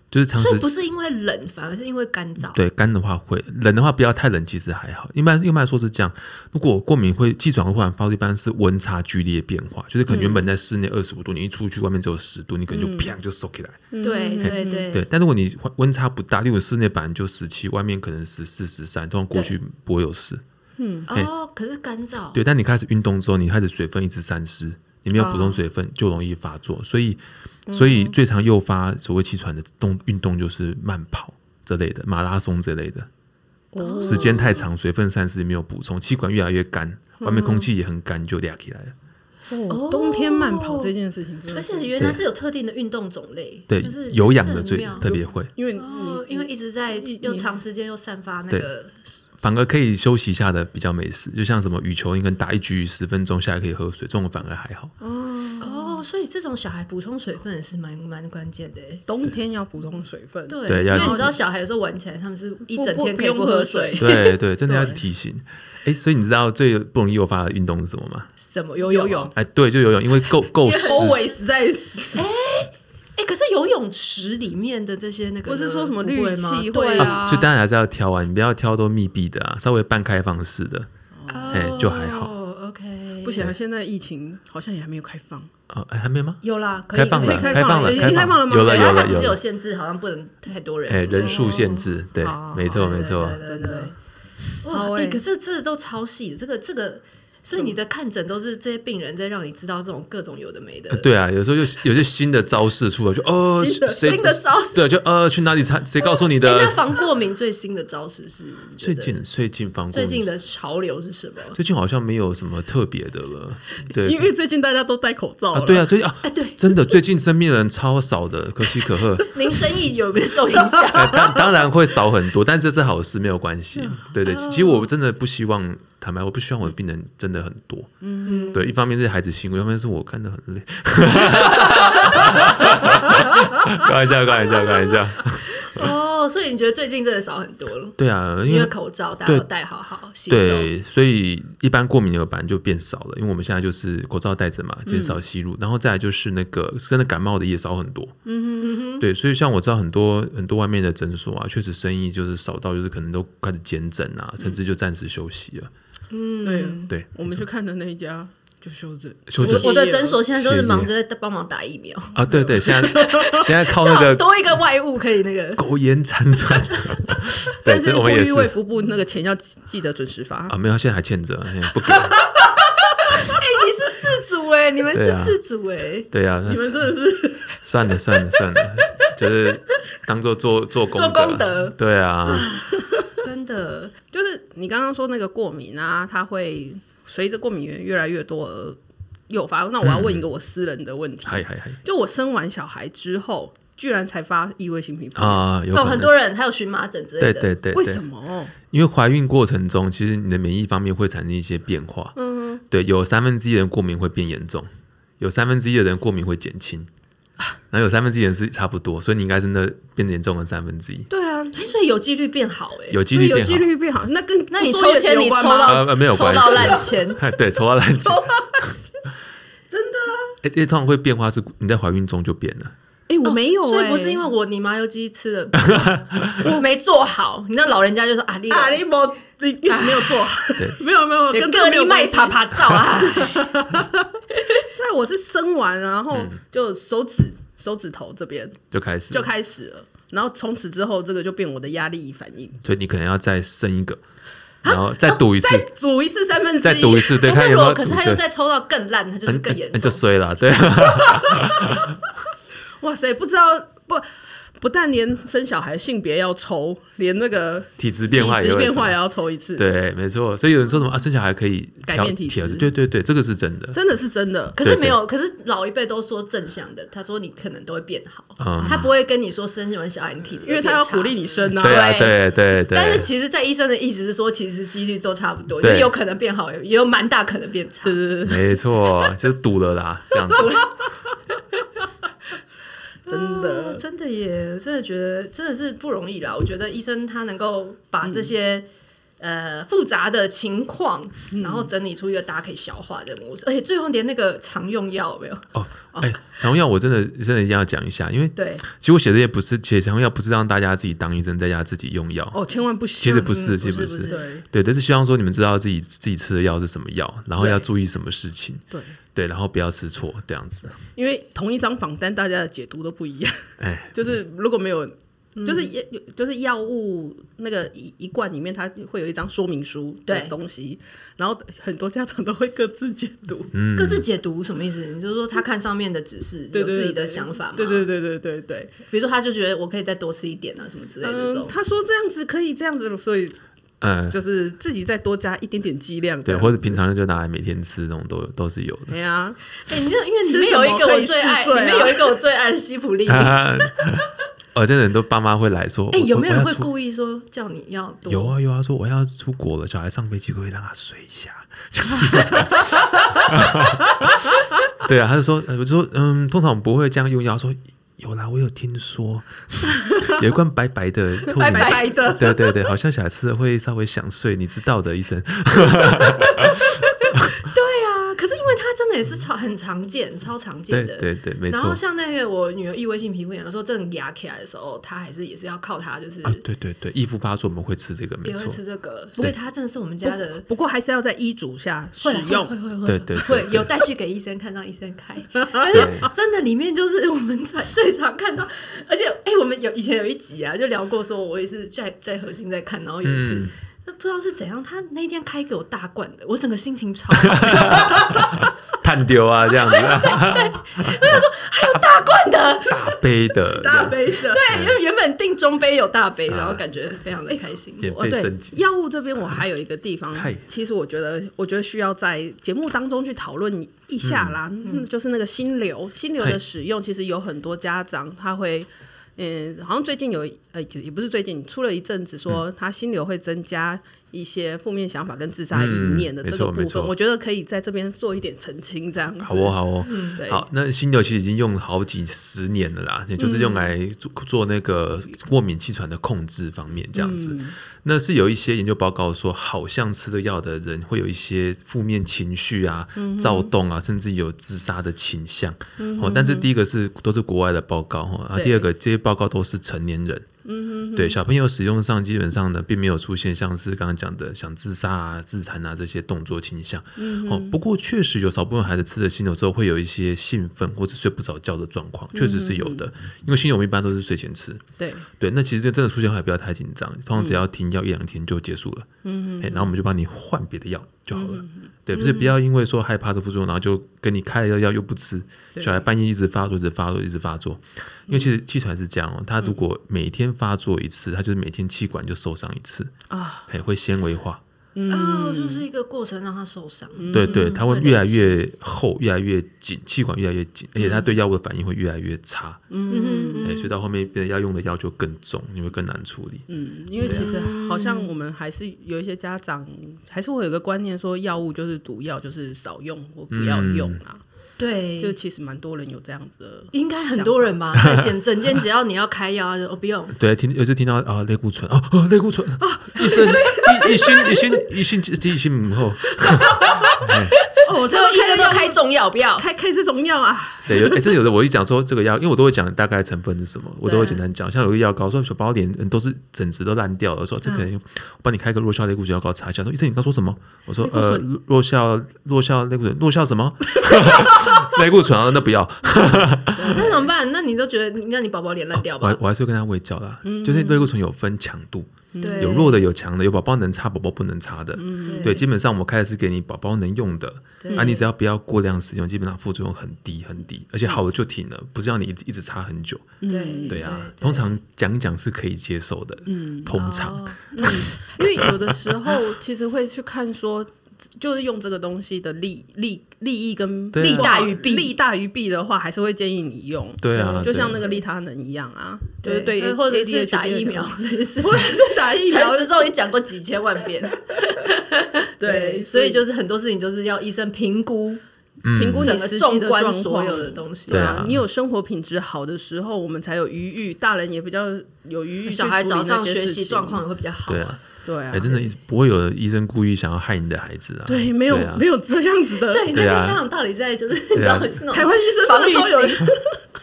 Speaker 3: 就是长时
Speaker 4: 所以不是因为冷，反而是因为干燥。
Speaker 3: 对干的话会冷的话不要太冷，其实还好。一般一般来说是这样，如果过敏会气喘会忽然发作，一般是温差剧烈变化，就是可能原本在室内二十五度，你一出去外面只有十度，你可能就啪就收起来。
Speaker 1: 嗯
Speaker 4: 对对对
Speaker 3: 对，但如果你温差不大，例如室内本来就十七，外面可能十四、十三，通常过去不会有事。
Speaker 1: 嗯
Speaker 4: 哦，可是干燥，
Speaker 3: 对，但你开始运动之后，你开始水分一直散失，你没有补充水分，就容易发作。所以，
Speaker 4: 嗯
Speaker 3: 所以最常诱发所谓气喘的动运动就是慢跑之类的、马拉松之类的。
Speaker 1: 哦
Speaker 3: 时间太长，水分散失没有补充，气管越来越干，
Speaker 4: 嗯
Speaker 3: 外面空气也很干，就俩起来了。
Speaker 1: 哦，冬天慢跑这件事情真的
Speaker 4: 而
Speaker 1: 是，
Speaker 4: 且原来是有特定的运动种类，
Speaker 3: 对，
Speaker 4: 就是
Speaker 3: 有氧的最
Speaker 4: 这很妙
Speaker 3: 特别会，
Speaker 1: 因为你
Speaker 3: 嗯
Speaker 4: 哦，因为一直在又长时间又散发那个，
Speaker 3: 反而可以休息一下的比较没事。就像什么羽球，你可能打一局十分钟下来可以喝水，这种反而还好。
Speaker 4: 哦，所以这种小孩补充水分也是蛮蛮关键的耶，
Speaker 1: 冬天要补充水分，
Speaker 4: 对，
Speaker 3: 对
Speaker 4: 因
Speaker 3: 要
Speaker 4: 为你知道小孩有时候玩起来，他们是一
Speaker 1: 不
Speaker 4: 整
Speaker 1: 不
Speaker 4: 天
Speaker 1: 不
Speaker 4: 可以
Speaker 1: 用
Speaker 4: 不
Speaker 1: 喝
Speaker 4: 喝
Speaker 1: 水
Speaker 4: 水，
Speaker 3: 对对，真的要一直提醒。哎，所以你知道最不容易诱发的运动是什么吗？
Speaker 4: 什么游
Speaker 1: 游
Speaker 4: 泳
Speaker 1: 泳
Speaker 4: 啊，
Speaker 3: 哎，对，就游泳，因为够够湿。
Speaker 1: always 在
Speaker 4: 哎、可是游泳池里面的这些那个
Speaker 1: 不是
Speaker 4: 呢
Speaker 1: 说什么
Speaker 4: 不
Speaker 1: 氯
Speaker 4: 会吗
Speaker 1: 气
Speaker 4: 对
Speaker 1: 会
Speaker 4: 啊，
Speaker 3: 就当然还是要挑啊，你不要挑都密闭的啊，稍微半开放式的，哎、就还好。
Speaker 4: 哦，OK，
Speaker 1: 不行啊，现在疫情好像也还没有开放，
Speaker 3: 哦，哎还没吗？
Speaker 4: 有啦，可以
Speaker 3: 开放
Speaker 4: 可
Speaker 3: 了，
Speaker 4: 以
Speaker 1: 开
Speaker 3: 开
Speaker 1: 放
Speaker 3: 放
Speaker 1: 了
Speaker 3: 了，
Speaker 1: 已经开放了吗
Speaker 3: 有了，
Speaker 4: 对
Speaker 3: 有
Speaker 4: 啊它
Speaker 3: 了，
Speaker 4: 只是
Speaker 3: 有
Speaker 4: 有
Speaker 3: 了。
Speaker 4: 限制，好像不能太多人。
Speaker 3: 哎，人数限制，对，没错，没错。
Speaker 4: 哦对对
Speaker 1: 真
Speaker 4: 对对
Speaker 1: 的。欸
Speaker 4: 哇，哎、可是这都超细的，这个这个，所以你的看诊都是这些病人在让你知道这种各种有的没的。
Speaker 3: 呃对啊，有时候就有些新的招式出来，就哦，
Speaker 1: 新的
Speaker 3: 谁
Speaker 4: 新的招式
Speaker 3: 对，就呃，去哪里参？谁告诉你
Speaker 4: 哎、那
Speaker 3: 的？
Speaker 4: 防过敏最新的招式是？你觉
Speaker 3: 最
Speaker 4: 得
Speaker 3: 近最近防过
Speaker 4: 最
Speaker 3: 敏
Speaker 4: 近的潮流是什么？ [laughs]
Speaker 3: 最近好像没有什么特别的了，对
Speaker 1: 因为最近大家都戴口罩
Speaker 3: 啊，
Speaker 1: 了。
Speaker 3: 对啊，最近啊，
Speaker 4: 哎、对，
Speaker 3: 真的最近生病的人超少的，可喜可贺。
Speaker 4: 您生意有没有受影响？
Speaker 3: [laughs] 呃当当然会少很多，但这是好事，没有关系。对对，其实我真的不希望，坦白，我不希望我的病人真的很多。嗯，对，一方面是孩子辛苦，一方面是我看得很累。 [laughs] 开玩笑，开玩笑，开玩笑。
Speaker 4: 哦，所以你觉得最近真的少很多了，
Speaker 3: 对啊，因
Speaker 4: 因为
Speaker 3: 为
Speaker 4: 口罩大家都
Speaker 3: 对
Speaker 4: 戴好好，洗手。
Speaker 3: 对，所以一般过敏的本来就变少了，因为我们现在就是口罩戴着嘛，减少吸入，然后再来就是那个真的感冒的也少很多。嗯哼哼。对，所以像我知道很多很多外面的诊所啊，确实生意就是少到就是可能都开始减诊啊，甚至就暂时休息了。
Speaker 1: 对，啊
Speaker 3: 对，
Speaker 1: 我们去看的那一家就休整，
Speaker 3: 休整
Speaker 4: 嗯我我的诊所现在都是
Speaker 3: 谢谢
Speaker 4: 忙着在帮忙打疫苗，
Speaker 3: 啊，对对，现在现在靠
Speaker 4: 正
Speaker 3: 那
Speaker 4: 好
Speaker 3: 个
Speaker 4: 多一个外物可以那个。 [laughs]
Speaker 3: 苟延残喘。对，
Speaker 1: 但
Speaker 3: 所
Speaker 1: 是
Speaker 3: 以我
Speaker 1: 呼
Speaker 3: 们也
Speaker 1: 吁
Speaker 3: 是
Speaker 1: 卫福部那个钱要记得准时发
Speaker 3: 啊，。没有，现在还欠着，哎不给。
Speaker 4: 哎、你是事主哎、你们
Speaker 3: 对
Speaker 4: 是
Speaker 3: 啊
Speaker 4: 事主哎、欸，
Speaker 3: 对啊，
Speaker 1: 你们真的是
Speaker 3: [laughs] 算了算了算了，就是当做做做功
Speaker 4: 做功德
Speaker 3: 对啊，
Speaker 4: 真的。
Speaker 1: 就是你刚刚说那个过敏啊，它会随着过敏源越来越多而诱发。那我
Speaker 3: 嗯
Speaker 1: 要问一个我私人的问题，
Speaker 3: 还还还
Speaker 1: 就我生完小孩之后，居然才发异位性皮肤炎，
Speaker 3: 啊，有可
Speaker 4: 哦，
Speaker 3: 能
Speaker 4: 很多人还有荨麻疹之类
Speaker 3: 对
Speaker 4: 的。
Speaker 3: 对对，
Speaker 1: 为
Speaker 3: 对
Speaker 1: 什么？
Speaker 3: 因为怀孕过程中，其实你的免疫方面会产生一些变化。嗯，对，有三分之一的人过敏会变严重，有三分之一的人过敏会减轻，然后有三分之一的人是差不多，所以你应该真的变严重了三分之一，
Speaker 1: 对啊，
Speaker 4: 哎所以有几率变好哎、
Speaker 3: 有几
Speaker 1: 所以
Speaker 3: 率
Speaker 1: 有
Speaker 3: 变好
Speaker 1: 几。率变好，那跟
Speaker 4: 那你
Speaker 1: 不说
Speaker 4: 抽
Speaker 1: 也是
Speaker 4: 签，
Speaker 1: 有
Speaker 4: 你抽
Speaker 1: 关吗
Speaker 4: 到、
Speaker 3: 呃没有
Speaker 4: 抽
Speaker 3: 关系
Speaker 4: 到
Speaker 1: [laughs]
Speaker 4: 烂签，
Speaker 3: [laughs] 对，抽到烂抽到烂， [laughs] 真的啊！哎、这通常会变化是你在怀孕中就变了，
Speaker 1: 哎、我没有、欸
Speaker 4: 哦所以不是因为我你麻油鸡吃的我没做好，你知道老人家就说啊，你
Speaker 1: 啊，你某你
Speaker 4: [laughs]
Speaker 1: 一直没有做， [laughs] 没有没有
Speaker 4: 啊你
Speaker 1: 跟这
Speaker 4: 个
Speaker 1: 个没
Speaker 4: 例
Speaker 1: 有关
Speaker 4: 卖
Speaker 1: 系
Speaker 4: 啪。啪照啊，
Speaker 1: 对，我是生完然后
Speaker 3: 嗯
Speaker 1: 就手指手指头这边
Speaker 3: 就开始
Speaker 1: 就开始了，然后从此之后这个就变我的压力反应，
Speaker 3: 所以你可能要再生一个，然后再赌一次，
Speaker 1: 煮一次三分之
Speaker 3: 再
Speaker 1: 哦一，
Speaker 3: 赌一次，
Speaker 4: [laughs]
Speaker 3: [laughs] 对，
Speaker 4: 哎那
Speaker 3: 看
Speaker 4: 如
Speaker 3: 有没
Speaker 4: 果
Speaker 3: 有赌。
Speaker 4: 可是他又
Speaker 3: 对哎
Speaker 4: 再抽到更烂，他就是更严
Speaker 3: 那就
Speaker 4: 重。
Speaker 3: 衰了，对，
Speaker 1: 哇塞，不知道不不但连生小孩性别要抽，连那个
Speaker 3: 体质变化
Speaker 1: 体
Speaker 3: 也
Speaker 1: 质
Speaker 3: 会
Speaker 1: 变化
Speaker 3: 差
Speaker 1: 也要抽一次，，
Speaker 3: 对，没错。所以有人说什么啊，生小孩可以
Speaker 1: 改
Speaker 3: 调
Speaker 1: 变体质
Speaker 3: 调对对对，这个是真的。
Speaker 1: [laughs] 真的是真的。
Speaker 4: 可是没有，可是老一辈都说正向的，他说你可能都会变好，
Speaker 3: 嗯
Speaker 4: 他不会跟你说生完小孩你体质，
Speaker 1: 因为他要鼓励。你生啊，
Speaker 3: 对啊，
Speaker 4: 对
Speaker 3: 对对对。
Speaker 4: 但是其实，在医生的意思是说，其实几率都差不多，
Speaker 3: 对
Speaker 4: 也有可能变好，也有蛮大可能变差。
Speaker 1: 对对对，
Speaker 3: 没错，就是赌了啦，
Speaker 1: [laughs]
Speaker 3: 这样子。
Speaker 1: 真
Speaker 4: 哦
Speaker 1: 的，
Speaker 4: 真的耶，真的觉得真的是不容易啦。我觉得医生他能够把
Speaker 1: 嗯
Speaker 4: 这些、呃复杂的情况，
Speaker 1: 嗯
Speaker 4: 然后整理出一个大家可以消化的模式，而且最后连那个常用药有没有？
Speaker 3: 哦，哎，常用药我真的真的一定要讲一下，因为
Speaker 4: 对，
Speaker 3: 其实我写这些不是，其实常用药不是让大家自己当医生在家自己用药，
Speaker 1: 哦，千万不行，
Speaker 3: 其实不是，
Speaker 4: 不
Speaker 3: 其实
Speaker 4: 是不
Speaker 3: 是。
Speaker 1: 对
Speaker 3: 对，但是希望说你们知道自己自己吃的药是什么药，然后
Speaker 1: 对
Speaker 3: 要注意什么事情，
Speaker 1: 对，
Speaker 3: 对，然后不要吃错，这样子。
Speaker 1: 因为同一张访单，大家的解读都不一样。
Speaker 3: 哎，
Speaker 1: [laughs] 就是如果没有，就是药，就是药物那个一一罐里面，它会有一张说明书的
Speaker 4: 对
Speaker 1: 东西，然后很多家长都会各自解读。
Speaker 3: 嗯
Speaker 4: 各自解读什么意思？你就是说他看上面的指示，
Speaker 1: 对
Speaker 4: 有
Speaker 1: 对
Speaker 4: 自己的
Speaker 1: 对
Speaker 4: 想法
Speaker 3: 嗯
Speaker 4: 嘛？
Speaker 1: [laughs] 对对对对对对，
Speaker 4: 比如说他就觉得我可以再多吃一点啊，什么之类的这
Speaker 1: 嗯
Speaker 4: 种，。
Speaker 1: 他说这样子可以这样子，所以
Speaker 3: 嗯，
Speaker 1: 就是自己再多加一点点剂量。
Speaker 3: 对，或者平常就拿来每天吃，这种都都是有的。
Speaker 1: 对呀，
Speaker 4: 哎、你知道，因为里
Speaker 1: 吃
Speaker 4: 面
Speaker 1: 什
Speaker 4: 有
Speaker 1: 么
Speaker 4: 一个
Speaker 1: 可
Speaker 4: 我
Speaker 1: 以
Speaker 4: 最
Speaker 1: 嗜
Speaker 4: 爱，
Speaker 1: 睡
Speaker 4: 里面
Speaker 1: 啊
Speaker 4: 有一个我最爱的西普 [laughs] 利。哎、
Speaker 3: 啊，哦，真的很多爸妈会来说，我
Speaker 4: 有没有人
Speaker 3: 我我要
Speaker 4: 会
Speaker 3: 出
Speaker 4: 故意说叫你要多？
Speaker 3: 有啊有啊，说我要出国了，小孩上飞机可不可以让他睡一下？ [laughs] 对啊，他就说，呃我就说，嗯，通常我们不会这样用药，他说有啦，我有听说 [laughs] 有一罐白白的透明
Speaker 4: 白
Speaker 1: 白白的，
Speaker 3: 对对对，好像小孩吃了会稍微想睡，你知道的，医生。
Speaker 4: 对啊，可是因为他真的也是超很常见，超常见
Speaker 3: 对
Speaker 4: 的。
Speaker 3: 对对，没
Speaker 4: 然后
Speaker 3: 错。
Speaker 4: 像那个我女儿异位性皮肤炎，有时候真的压起来的时候，她还是也是要靠她，就是
Speaker 3: 啊，对对对，易复发作我们会吃这个，没
Speaker 4: 也会
Speaker 3: 错。
Speaker 4: 吃这个，所以她真的是我们家的
Speaker 1: 不过还是要在医嘱下使
Speaker 4: 会啦会
Speaker 1: 用。
Speaker 4: 会会
Speaker 3: 对对对
Speaker 4: 会
Speaker 3: 对
Speaker 4: 有带去给医生看，让医生
Speaker 3: [laughs]
Speaker 4: 开。但是真的里面就是我们才最常看到，而且哎、我们有以前有一集啊，就聊过说，我也是在在核心在看，然后有一次。
Speaker 3: 嗯
Speaker 4: 那不知道是怎样，他那一天开给我大罐的，我整个心情超好，还
Speaker 3: 探丢啊，这样子，
Speaker 4: 有大罐的，
Speaker 3: [laughs] 大杯的，
Speaker 1: 大杯的，
Speaker 4: 对，因为原本订中杯有大
Speaker 3: 啊
Speaker 4: 杯，然后感觉非常的开心。
Speaker 3: 免
Speaker 1: 哦
Speaker 3: 费
Speaker 1: 对
Speaker 3: 升，级，
Speaker 1: 药物这边我还有一个地方
Speaker 3: 嗨，
Speaker 1: 其实我觉得，我觉得需要在节目当中去讨论一下啦，嗯就是那个心流，心流
Speaker 3: 嗨
Speaker 1: 的使用，其实有很多家长他会。嗯，好像最近有，呃，也不是最近，出了一阵子说
Speaker 3: 嗯
Speaker 1: 他心流会增加一些负面想法跟自杀意念的
Speaker 3: 嗯没
Speaker 1: 这个
Speaker 3: 错
Speaker 1: 部
Speaker 3: 没错
Speaker 1: 分，我觉得可以在这边做一点澄清，这样子。嗯
Speaker 3: 好哦，好哦，
Speaker 1: 对，
Speaker 3: 好，那犀牛其实已经用了好几十年了啦，也就是用来做做那个过敏气喘的控制方面这样子。那是有一些研究报告说，好像吃了药的人会有一些负面情绪啊、躁动啊，甚至有自杀的倾向。哦，但是第一个是都是国外的报告哈，啊，
Speaker 1: 对
Speaker 3: 第二个这些报告都是成年人。对小朋友使用上，基本上呢，并没有出现像是刚刚讲的想自杀啊、自残啊这些动作倾向。哦，不过确实有少部分孩子吃了犀牛之后，会有一些兴奋或者睡不着觉的状况，确实是有的。因为犀牛我们一般都是睡前吃，
Speaker 1: 对，
Speaker 3: 对，那其实真的出现后也不要太紧张，通常只要停药一两天就结束了。嗯然后我们就帮你换别的药就好了。对，不是不要因为说害怕的副作用，然后就跟你开了药又不吃，小孩半夜一直发作，一直发作，一直发作。因为其实气喘是这样哦，他如果每天发作一次，他就是每天气管就受伤一次
Speaker 1: 啊，
Speaker 3: 哎，会纤维化。
Speaker 4: 哦，就是一个过程让他受伤。
Speaker 3: 对对，它
Speaker 4: 嗯
Speaker 3: 会
Speaker 4: 会
Speaker 3: 越来
Speaker 4: 累积
Speaker 3: 越厚，越来越紧，气管越来越紧，而且它对药物的反应会越来越差。
Speaker 4: 嗯
Speaker 3: 哎，所以到后面变得要用的药就更重，你会更难处理。
Speaker 1: 嗯，因为其实好像我们还是有一些家长还是会有一个观念说，药物就是毒药，就是少用或不要用啊。
Speaker 4: 对，
Speaker 1: 就其实蛮多人有这样子的，
Speaker 4: 应该很多人吧，在诊诊间只要你要开药，他就哦不 [laughs] 用，
Speaker 3: 对，听有时听到啊类固醇啊啊类固醇啊，医生一一心一心一心一心母后，
Speaker 1: 哦，我 [laughs]
Speaker 4: 这个医生都开中药，不要。
Speaker 1: 开开这种药啊，
Speaker 3: 对，有哎，这有的我一讲说这个药，因为我都会讲大概成分是什么，我都会简单讲。像有一个药膏，说小宝脸嗯都是整只都烂掉了，我说这可能用我帮你开个弱效类固醇药膏擦一下。说医生你刚说什么？我说呃弱效弱效类固醇弱效什么？类固醇啊，那不要，
Speaker 4: [laughs] 那怎么办？那你都觉得，那你宝宝脸烂掉
Speaker 3: 我还
Speaker 4: 吧？
Speaker 3: 我还是会跟他喂教啦，就是类固醇有分强度，
Speaker 4: 对，
Speaker 3: 有弱的有强的，有宝宝能擦宝宝不能擦的。对，
Speaker 4: 对
Speaker 3: 基本上我们开的是给你宝宝能用的，
Speaker 4: 嗯对
Speaker 3: 啊，你只要不要过量使用，基本上副作用很低很低，而且好了就停了，不是让你一直一直擦很久。
Speaker 4: 对
Speaker 3: 对啊，通常讲讲是可以接受的，嗯，通常
Speaker 4: 哦
Speaker 1: 因为有的时候其实会去看说。就是用这个东西的利利利益跟
Speaker 3: 对啊
Speaker 1: 利
Speaker 4: 大于弊
Speaker 1: 利大于弊的话，还是会建议你用。
Speaker 3: 对啊
Speaker 1: 就像
Speaker 3: 对
Speaker 1: 那个利他能一样啊，就是
Speaker 4: 对
Speaker 1: 对，
Speaker 4: 呃或者是打疫苗， [laughs]
Speaker 1: 或者是打疫苗
Speaker 4: 陈时中也讲过几千万 [laughs] 遍，
Speaker 1: 对，
Speaker 4: 所以就是很多事情就是要医生评估
Speaker 1: 评估
Speaker 4: 整
Speaker 1: 你
Speaker 4: 个
Speaker 1: 实际
Speaker 4: 纵
Speaker 1: 的
Speaker 4: 观
Speaker 1: 状
Speaker 4: 所
Speaker 1: 况
Speaker 4: 有的东西，
Speaker 3: 对啊
Speaker 1: 你有生活品质好的时候，我们才有余裕，大人也比较有余裕。
Speaker 4: 小孩早上学习状，况也会比较好
Speaker 3: 对，啊，
Speaker 1: 对啊，
Speaker 3: 哎，真的不会有医生故意想要害你的孩子啊，
Speaker 1: 对，没有
Speaker 3: 啊
Speaker 1: 没有这样子的。
Speaker 4: 对，那
Speaker 3: 对
Speaker 4: 些
Speaker 3: 啊
Speaker 4: 家长 [laughs] 到底在就是你
Speaker 3: 对
Speaker 4: 知
Speaker 3: 啊
Speaker 4: 道是
Speaker 1: [laughs]
Speaker 4: 那
Speaker 1: 台
Speaker 4: 种
Speaker 1: 湾医生
Speaker 4: 防
Speaker 1: 真
Speaker 4: 御
Speaker 1: 的超有
Speaker 4: 型，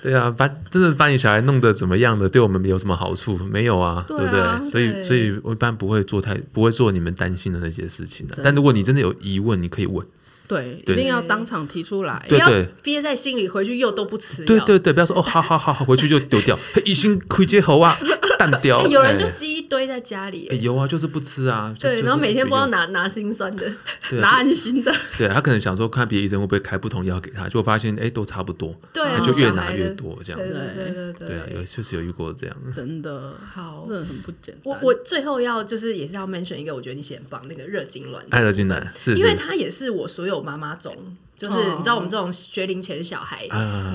Speaker 3: 对啊，把真的把你小孩弄得怎么样的，对我们有什么好处？没有啊，对
Speaker 1: 对
Speaker 3: 不
Speaker 1: 啊
Speaker 3: 对？所以
Speaker 4: 对
Speaker 3: 所以我一般不会做太不会做你们担心的那些事情的。但如果你真的有疑问，你可以问。
Speaker 1: 对，
Speaker 3: 对
Speaker 1: 一定要当场提出来。
Speaker 4: 不
Speaker 3: 对
Speaker 4: 要
Speaker 3: 对
Speaker 4: 憋在心里，回去又都不吃药。
Speaker 3: 对对对，不
Speaker 4: [laughs]
Speaker 3: 要说哦，好好好好，回去就丢掉，嘿一心亏接猴啊，淡掉
Speaker 4: 哎，。有人就
Speaker 3: 哎
Speaker 4: 积一堆在家里
Speaker 3: 哎，有啊，就是不吃啊。就
Speaker 4: 对，然后每天不知道。
Speaker 3: 就是
Speaker 4: 拿拿心酸
Speaker 3: [laughs]
Speaker 4: 的，
Speaker 3: 不用对
Speaker 1: 拿
Speaker 3: 啊，
Speaker 1: 安心的，
Speaker 3: 对他可能想说看别的医生会不会开不同药给他，结果发现哎都差不多，
Speaker 4: 对啊
Speaker 3: 那，就越
Speaker 4: 小
Speaker 3: 拿
Speaker 4: 孩
Speaker 3: 越
Speaker 4: 的
Speaker 3: 多这样
Speaker 4: 对
Speaker 3: 子。
Speaker 4: 对对对
Speaker 3: 对啊，有确实有遇过这样。
Speaker 1: 真的
Speaker 4: 好
Speaker 1: 真。的很不简单。
Speaker 4: 我我最后要就是也是要 mention 一个，我觉得你写很棒那个热痉挛，
Speaker 3: 爱的进来是
Speaker 4: 因为
Speaker 3: 是
Speaker 4: 它也是我所有妈妈中，就是
Speaker 1: 哦
Speaker 4: 你知道我们这种学龄前小孩，
Speaker 3: 啊，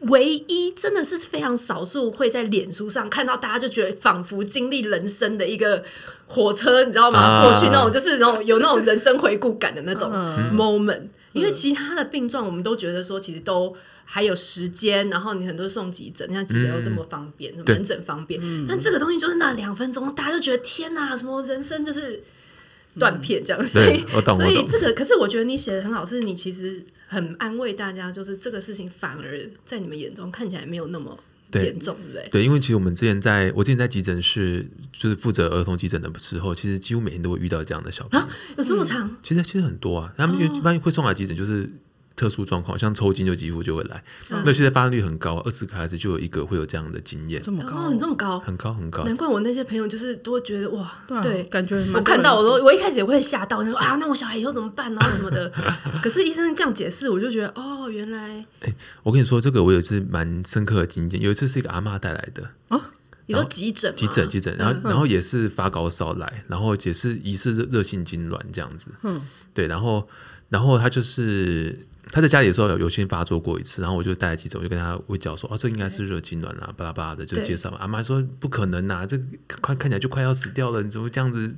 Speaker 4: 唯一真的是非常少数会在脸书上看到大家就觉得仿佛经历人生的一个火车，你知道吗？
Speaker 3: 啊
Speaker 4: 过去那种就是那种有那种人生回顾感的那种
Speaker 3: 嗯
Speaker 4: moment，、因为其他的病状我们都觉得说其实都。还有时间，然后你很多送急诊，像急诊又这么方便，
Speaker 3: 嗯对
Speaker 4: 门诊方便，但这个东西就是那两分钟，大家就觉得天哪，什么人生就是断片这样，所以
Speaker 3: 嗯对，我懂，
Speaker 4: 所
Speaker 3: 我
Speaker 4: 以
Speaker 3: 懂。
Speaker 4: 这个，可是我觉得你写的很好，是你其实很安慰大家，就是这个事情反而在你们眼中看起来没有那么
Speaker 3: 对
Speaker 4: 严重，对不对？
Speaker 3: 对，因为其实我们之前在我之前在急诊室，就是负责儿童急诊的时候，其实几乎每天都会遇到这样的小朋友。
Speaker 4: 有这么长？
Speaker 3: 其实其实很多啊，他们一般会送来急诊就是特殊状况，像抽筋就几乎就会来。那现在发生率很高，二十个孩子就有一个会有这样的经验，
Speaker 1: 嗯这么高
Speaker 4: 哦，你这么高，
Speaker 3: 很高很高。
Speaker 4: 难怪我那些朋友就是都会觉得哇，
Speaker 1: 对啊
Speaker 4: 对，
Speaker 1: 感觉蛮多
Speaker 4: 我看到我
Speaker 1: 人
Speaker 4: 都我一开始也会吓到，我想说啊，那我小孩以后怎么办啊什么
Speaker 3: [laughs]
Speaker 4: 的。可是医生这样解释，我就觉得哦，原来
Speaker 3: 我跟你说，这个我有一次蛮深刻的经验，有一次是一个阿嬷带来的
Speaker 4: 你说急诊嘛，
Speaker 3: 哦急诊急诊，然后、然后也是发高烧来，然后也是疑似热热性痉挛这样子，嗯，对，然后然后他就是他在家里的时候有有先发作过一次，然后我就带来急诊，我就跟他会讲说，哦，这应该是热痉挛啦，巴拉巴拉的就
Speaker 4: 对
Speaker 3: 介绍嘛，阿妈说不可能呐、这个快看起来就快要死掉了，你怎么这样子，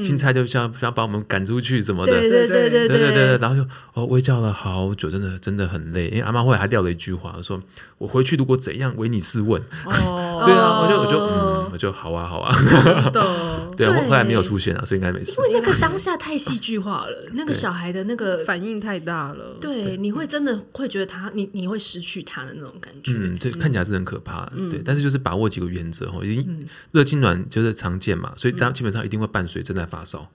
Speaker 3: 青菜就想想把我们赶出去什么的，
Speaker 4: 对对对对
Speaker 3: 嗯对对对，然后就哦，我也叫了好久，真的真的很累。因为阿妈后来还撂了一句话，说我回去如果怎样，唯你是问。
Speaker 1: 哦，
Speaker 3: 对啊，我就我就嗯，我就好啊好啊。 [laughs]
Speaker 1: 真的
Speaker 3: 对啊，
Speaker 4: 对
Speaker 3: 后来没有出现啊，所以应该没事
Speaker 4: 因。为那个当下太戏剧化了，那个小孩的那个
Speaker 1: 反应太大了。
Speaker 4: 对，你
Speaker 3: 嗯
Speaker 4: 会真的会觉得他，你你会失去他的那种感觉。
Speaker 3: 嗯，对，看起来是很可怕，对，但是就是把握几个原则哦，已经热痉挛就是常见嘛，所以它基本上一定会伴随正在发烧，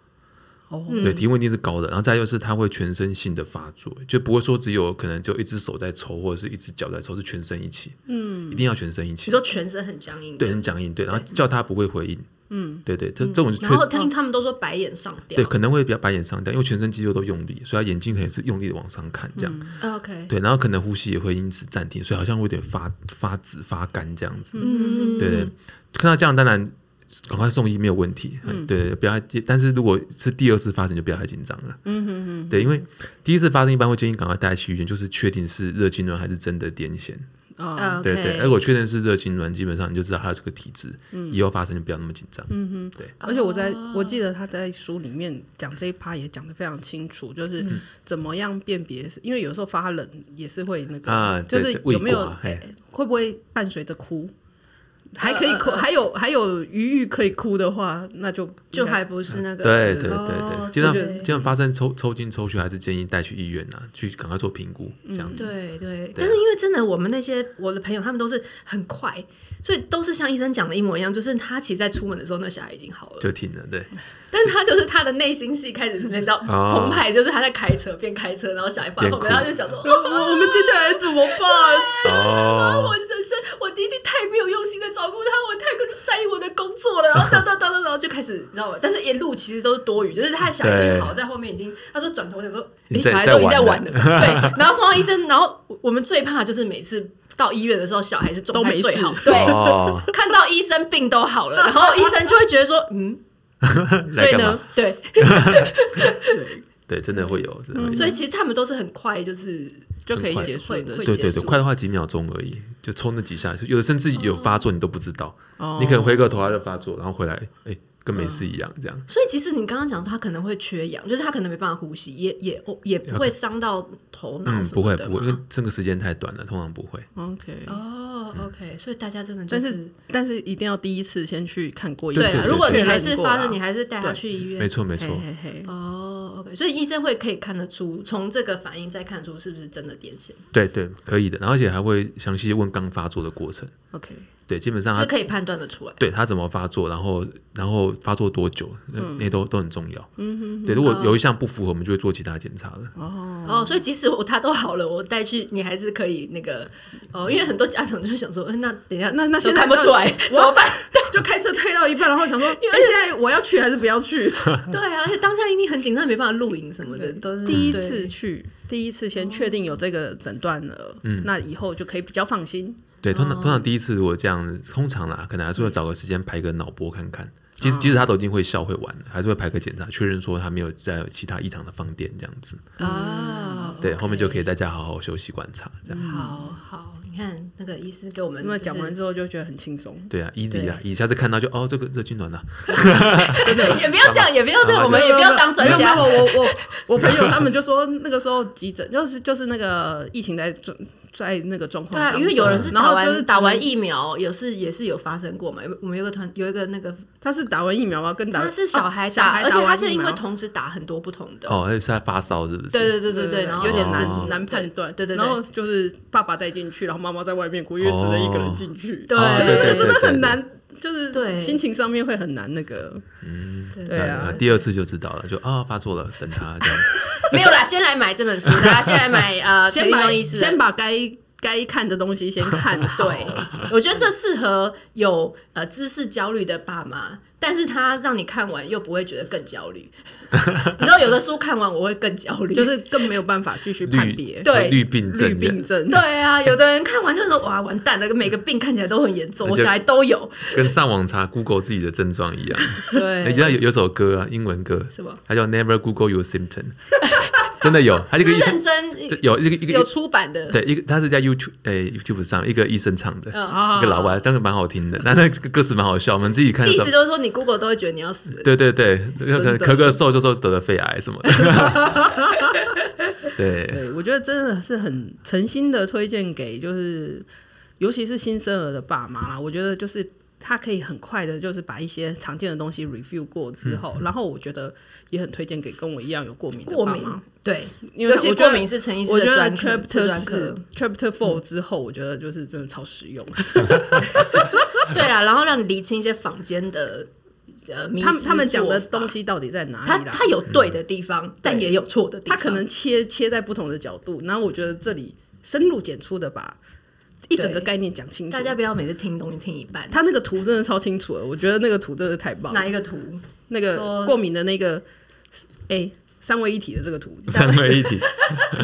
Speaker 1: 哦，
Speaker 3: 对，体温一定是高的，然后再就是它会全身性的发作，就不会说只有可能只有一只手在抽或者是一只脚在抽，是全身一起，嗯，一定要全身一起
Speaker 4: 你。说全身很僵硬，
Speaker 3: 对，很僵硬，对，然后叫他不会回应，嗯，对对，这这种就确
Speaker 4: 然后
Speaker 3: 实
Speaker 4: 听他们都说白眼上吊
Speaker 3: 对，可能会比较白眼上吊，因为全身肌肉都用力，所以他眼睛可能是用力的往上看这样，
Speaker 4: 啊，OK，
Speaker 3: 对，然后可能呼吸也会因此暂停，所以好像会有点发发紫发干这样子，
Speaker 4: 嗯，
Speaker 3: 对对，看到这样当然赶快送医没有问题，嗯，对，不要，但是如果是第二次发生就不要太紧张了，嗯哼哼，对，因为第一次发生一般会建议赶快带去医院，就是确定是热痉挛还是真的癫痫，
Speaker 4: 啊
Speaker 3: 对对，哎
Speaker 4: ，OK，嗯
Speaker 3: 如果确定是热痉挛，基本上你就知道他有这个体质，以后发生就不要那么紧张，
Speaker 1: 而且我在、
Speaker 4: 哦
Speaker 1: 我记得他在书里面讲这一趴也讲得非常清楚，就是
Speaker 3: 嗯
Speaker 1: 怎么样辨别，因为有时候发冷也是会那个，
Speaker 3: 啊
Speaker 1: 就
Speaker 3: 对
Speaker 1: 是
Speaker 3: 对
Speaker 1: 有没有、
Speaker 3: 胃刮嘿
Speaker 1: 哎会不会伴随着哭，还可以
Speaker 4: 呃
Speaker 1: 哭，还有还有余裕可以哭的话，那就
Speaker 4: 就还不是那个，
Speaker 3: 嗯对对对嗯
Speaker 4: 哦
Speaker 3: 对，经常
Speaker 4: 对
Speaker 3: 经常发生抽抽筋抽血，还是建议带去医院呐、去赶快做评估这样子。
Speaker 4: 对
Speaker 3: 啊
Speaker 4: 对，但是因为真的，我们那些我的朋友，他们都是很快，所以都是像医生讲的一模一样，就是他其实在出门的时候，那小孩已经好了，
Speaker 3: 就停
Speaker 4: [laughs]
Speaker 3: 了，对，
Speaker 4: 但是他就是他的内心戏开始，你知道
Speaker 3: 哦
Speaker 4: 澎湃，就是他在开车边开车，然后小孩放后面，
Speaker 3: 边哭
Speaker 4: 他就想说，
Speaker 1: 我我我们接下来怎么办？
Speaker 4: 啊！
Speaker 3: 哦，
Speaker 4: 我人生，我弟弟太没有用心的照顾他，我太在意我的工作了，然后 [laughs] 哒哒哒哒，然后就开始，你知道吗？但是一路其实都是多余，就是他的小孩已经好
Speaker 3: 对
Speaker 4: 在后面已经，他说转头想说，
Speaker 3: 已
Speaker 4: 你
Speaker 3: 经在
Speaker 4: 小孩都已经在
Speaker 3: 在
Speaker 4: 玩
Speaker 3: 玩
Speaker 4: 了，
Speaker 3: 了 [laughs]
Speaker 4: 对。然后送到医生，然后我我们最怕就是每次到医院的时候，小孩是状
Speaker 1: 都
Speaker 4: 态
Speaker 1: 没
Speaker 4: 最
Speaker 1: 事
Speaker 4: 好，对，
Speaker 3: 哦，
Speaker 4: 看到医生病都好了，然后医生就会觉得说，
Speaker 3: [laughs]
Speaker 4: 嗯，所
Speaker 3: 来
Speaker 4: 以
Speaker 3: 干
Speaker 4: 呢
Speaker 3: 嘛？，
Speaker 4: 对，
Speaker 3: 对，真的会有，真的会有
Speaker 4: 所以其实他们都是很快，就是
Speaker 1: 就可以
Speaker 3: 很快
Speaker 1: 结束的
Speaker 4: 会
Speaker 3: 对
Speaker 4: 结
Speaker 3: 对对，
Speaker 4: 束
Speaker 3: 快的话几秒钟而已，就抽那几下，有的甚至有发作你都不知道，
Speaker 1: 哦
Speaker 3: 你可能回个头它就发作，然后回来，哎，跟没事一样，这样
Speaker 4: 所以其实你刚刚讲他可能会缺氧，就是他可能没办法呼吸，也也哦也不会伤到头脑
Speaker 3: 嗯，
Speaker 4: 什
Speaker 3: 不
Speaker 4: 么
Speaker 3: 会
Speaker 4: 的
Speaker 3: 不
Speaker 4: 嘛。
Speaker 3: 会，因为这个时间太短了，通常不会。
Speaker 1: OK，
Speaker 4: 哦，OK，所以
Speaker 3: 嗯
Speaker 4: 大家真的就
Speaker 1: 但
Speaker 4: 是
Speaker 1: 是但是一定要第一次先去看过一次，
Speaker 4: 对
Speaker 3: 对
Speaker 4: 啊，
Speaker 3: 对
Speaker 4: 如果你
Speaker 1: 确认
Speaker 4: 还是
Speaker 1: 过啦
Speaker 4: 发生，你还是带他去医
Speaker 3: 没
Speaker 4: 院。
Speaker 3: 错没错，
Speaker 1: 嘿嘿嘿
Speaker 4: 哦，OK，所以医生会可以看得出，从这个反应再看出是不是真的癫痫，
Speaker 3: 对对，可以的，然后而且还会详细问刚发作的过程，
Speaker 1: ，OK，
Speaker 3: 对，基本上它
Speaker 4: 是可以判断的出来。
Speaker 3: 对他怎么发作，然后然后发作多久，那、那都都很重要。嗯哼，对，如果有一项不符合，我们就会做其他检查了。
Speaker 1: 嗯
Speaker 4: 哦，所以即使我他都好了，我带去你还是可以那个哦，因为很多家长就会想说，嗯，那等一下，
Speaker 1: 那那
Speaker 4: 都
Speaker 1: 现在
Speaker 4: 看不出来
Speaker 1: 那
Speaker 4: 怎么办？
Speaker 1: 就开车推到一半，然后想
Speaker 4: [laughs]
Speaker 1: 说，哎，现在我要去还是不要去？
Speaker 4: 对啊，而且当下一定很紧张，没办法录影什么的，都是
Speaker 1: 第一
Speaker 4: 对
Speaker 1: 次去，第一次先确定有这个诊断了，那以后就可以比较放心。
Speaker 3: 对，通
Speaker 1: 嗯
Speaker 3: 常通常第一次如果这样，通常啦，可能还是会找个时间排个脑波看看。其
Speaker 1: 嗯
Speaker 3: 实即使他都已经会笑会玩了，还是会排个检查，确认说他没有在有其他异常的放电这样子。
Speaker 4: 啊，
Speaker 3: 对，后面就可
Speaker 4: 以。
Speaker 1: 嗯
Speaker 3: 啊以在家好好休息观察这样。
Speaker 4: 好好，你你看那个医师给我们
Speaker 1: 那么
Speaker 4: 嗯就是
Speaker 1: 讲完之后就觉得很轻松，
Speaker 3: 对啊，easy
Speaker 4: 对
Speaker 3: 啦，以下次看到就哦，这个热气暖了，
Speaker 4: 也不要这样，也不要这样，我们也不要当专
Speaker 1: 没有
Speaker 4: 家。
Speaker 1: 没有我我我朋友他们就说，那个时候急诊就是就是那个疫情在状在那个状况
Speaker 4: 对
Speaker 1: 当
Speaker 4: 啊，
Speaker 1: 中，
Speaker 4: 因为有人是
Speaker 1: 然
Speaker 4: 打
Speaker 1: 后就是
Speaker 4: 完打完
Speaker 1: 疫，
Speaker 4: 疫苗，也是也是有发生过嘛。有我们有个团有一个那个，
Speaker 1: 他是打完疫苗吗？跟打
Speaker 4: 他是小孩
Speaker 1: 哦小
Speaker 4: 打，
Speaker 1: 孩
Speaker 4: 而且他
Speaker 1: 完
Speaker 4: 是
Speaker 1: 疫
Speaker 4: 因
Speaker 1: 苗
Speaker 4: 为同时打很多不同的。
Speaker 3: 哦，而且是在发烧是不是？
Speaker 4: 对对对对
Speaker 1: 对
Speaker 4: 对，然后
Speaker 1: 有点难、
Speaker 3: 哦
Speaker 1: 难判断，
Speaker 4: 对对
Speaker 1: 然
Speaker 4: 对
Speaker 1: 后就是爸爸带进去，然后妈妈在外面哭，因为只能一个人进去，
Speaker 4: 对
Speaker 3: 哦
Speaker 1: 这
Speaker 3: 对对
Speaker 1: 个真
Speaker 3: 对
Speaker 1: 的
Speaker 3: 对
Speaker 1: 很
Speaker 3: 对
Speaker 1: 难，就是
Speaker 4: 对
Speaker 1: 心情上面会很难那个，对
Speaker 3: 那
Speaker 1: 啊
Speaker 3: 那呃第二次就知道了，就啊、发作了，等他这样。
Speaker 4: 没有啦，先来买这本书，大家先来买呃，陈
Speaker 1: 先
Speaker 4: 立
Speaker 1: 把
Speaker 4: 忠医师的
Speaker 1: 先把该该看的东西先看好，
Speaker 4: [laughs] 对，我觉得这适合有呃知识焦虑的爸妈，但是他让你看完又不会觉得更焦
Speaker 1: [laughs]
Speaker 4: 虑。你知道有的书看完我会更焦虑，
Speaker 1: 就是更没有办法继续判别
Speaker 3: 绿
Speaker 4: 对
Speaker 3: 绿病症
Speaker 1: 绿病症，
Speaker 4: 对啊，有的人看完就说哇完蛋了，每个病看起来都很严重，我小孩都有。
Speaker 3: 跟上网查 Google 自己的症状一样。你知
Speaker 4: 对，
Speaker 3: 道有有首歌啊，英文歌，
Speaker 4: 什么？
Speaker 3: 它叫 Never Google Your Symptom，真的有，它这个医
Speaker 4: 认
Speaker 3: 生
Speaker 4: 真
Speaker 3: 有一个一个
Speaker 4: 有
Speaker 3: 一
Speaker 4: 出版的，嗯
Speaker 3: 对一个，他是在 YouTube 诶 YouTube 上一个医生唱的，
Speaker 1: 啊
Speaker 3: 一个老外，但是蛮好听的，那那个歌词蛮好笑，我们自己看的
Speaker 4: 意
Speaker 3: 时候
Speaker 4: 思。就是说你 Google 都会觉得你要死。
Speaker 3: 对对对，可能
Speaker 1: 的
Speaker 3: 咳咳嗽就说得了肺癌什么的。 [laughs]
Speaker 1: [laughs]
Speaker 3: 对，
Speaker 1: 对，我觉得真的是很诚心的推荐给，就是尤其是新生儿的爸妈啦。我觉得就是他可以很快的，就是把一些常见的东西 review 过之后，然后我觉得也很推荐给跟我一样有过敏的
Speaker 4: 嗯过
Speaker 1: 爸
Speaker 4: 敏
Speaker 1: 妈，，
Speaker 4: 对，
Speaker 1: 因为
Speaker 4: 尤
Speaker 1: 我
Speaker 4: 其
Speaker 1: 觉
Speaker 4: 过
Speaker 1: 得
Speaker 4: 敏。是陈医师
Speaker 1: 我觉
Speaker 4: 的
Speaker 1: 得
Speaker 4: 专科，是
Speaker 1: chapter
Speaker 4: 专科嗯
Speaker 1: 四。chapter four 之后，我觉得就是真的超实用。
Speaker 4: 对啦，然后让你理清一些坊间的呃迷
Speaker 1: 他们
Speaker 4: 思
Speaker 1: 他们讲的
Speaker 4: 做法
Speaker 1: 东西到底在哪
Speaker 4: 他
Speaker 1: 里啦？
Speaker 4: 他有对的地方，但也有错的地
Speaker 1: 他
Speaker 4: 方。
Speaker 1: 可能切切在不同的角度，然后我觉得这里深入浅出的把一整个
Speaker 4: 对
Speaker 1: 概念讲清楚。
Speaker 4: 大家不要每次听东西听一半。
Speaker 1: 他那个图真的超清楚了，我觉得那个图真的太棒了
Speaker 4: [laughs] 哪。一个图？
Speaker 1: 那个
Speaker 4: 说
Speaker 1: 过敏的那个，哎、
Speaker 3: [laughs]
Speaker 1: 三位一体的这个图， [laughs]
Speaker 3: 三位一体，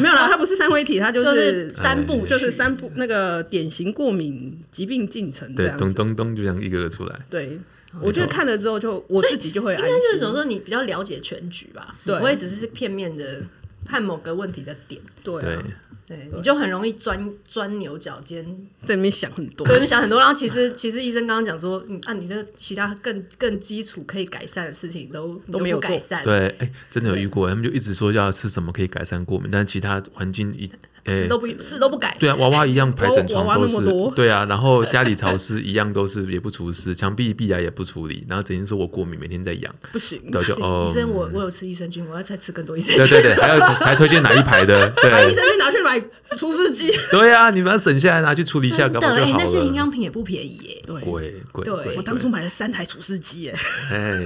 Speaker 1: 没有啦，它不是三位一体，它就
Speaker 4: 就是
Speaker 1: 是
Speaker 4: 三部曲，
Speaker 1: 哎就是三部那个典型过敏疾病进程这
Speaker 3: 对，
Speaker 1: 样
Speaker 3: 咚
Speaker 1: 子。
Speaker 3: 咚咚，就这样一个个出来。
Speaker 1: 对，
Speaker 3: 哦
Speaker 1: 我觉得看了之后就我自己就会
Speaker 4: 应
Speaker 1: 安
Speaker 4: 该就是
Speaker 1: 心
Speaker 4: 怎么。说，你比较了解全局吧，
Speaker 1: 对
Speaker 4: 不会只是片面的看某个问题的点，
Speaker 1: 对
Speaker 3: 对
Speaker 1: 啊，，
Speaker 4: 对，你就很容易钻钻牛角尖，
Speaker 1: 在里面想很多。
Speaker 4: 对，你想很多。然后其实 [laughs] 其实医生刚刚讲说，你啊，你的其他更更基础可以改善的事情都你
Speaker 1: 都没有
Speaker 4: 不
Speaker 1: 做
Speaker 4: 改善，
Speaker 3: 对，哎、真的有遇过，他们就一直说要吃什么可以改善过敏，但其他环境一，哎、
Speaker 4: 死都不死都不改，
Speaker 3: 对啊，娃娃一样排整
Speaker 1: [laughs] 娃娃
Speaker 3: 床
Speaker 1: 那么
Speaker 3: 都是，
Speaker 1: 多
Speaker 3: 对啊，然后家里潮湿一样都是也不除湿，墙壁壁癌也不处理，然后整天说我过敏，每天在痒，
Speaker 1: 不行，
Speaker 3: 对，就哦，
Speaker 4: 医生我我有吃益生菌，我要再吃更多益生
Speaker 3: 对
Speaker 4: 菌。
Speaker 3: 对对，还要还推荐哪一排
Speaker 4: [laughs]
Speaker 3: 的，
Speaker 1: 把啊
Speaker 4: 啊
Speaker 1: 医
Speaker 3: 对
Speaker 1: 生去拿去买除湿机。
Speaker 3: 对啊，你们要省下来拿去处理一下，
Speaker 4: 真
Speaker 3: 搞
Speaker 4: 的
Speaker 3: 不好就
Speaker 4: 哎，
Speaker 3: 好
Speaker 4: 那些营
Speaker 3: 了。
Speaker 4: 养品也不便宜耶。
Speaker 1: 对，
Speaker 3: 贵贵
Speaker 4: 对
Speaker 3: 贵，
Speaker 1: 我当初买了三台除湿机，哎，
Speaker 4: [laughs]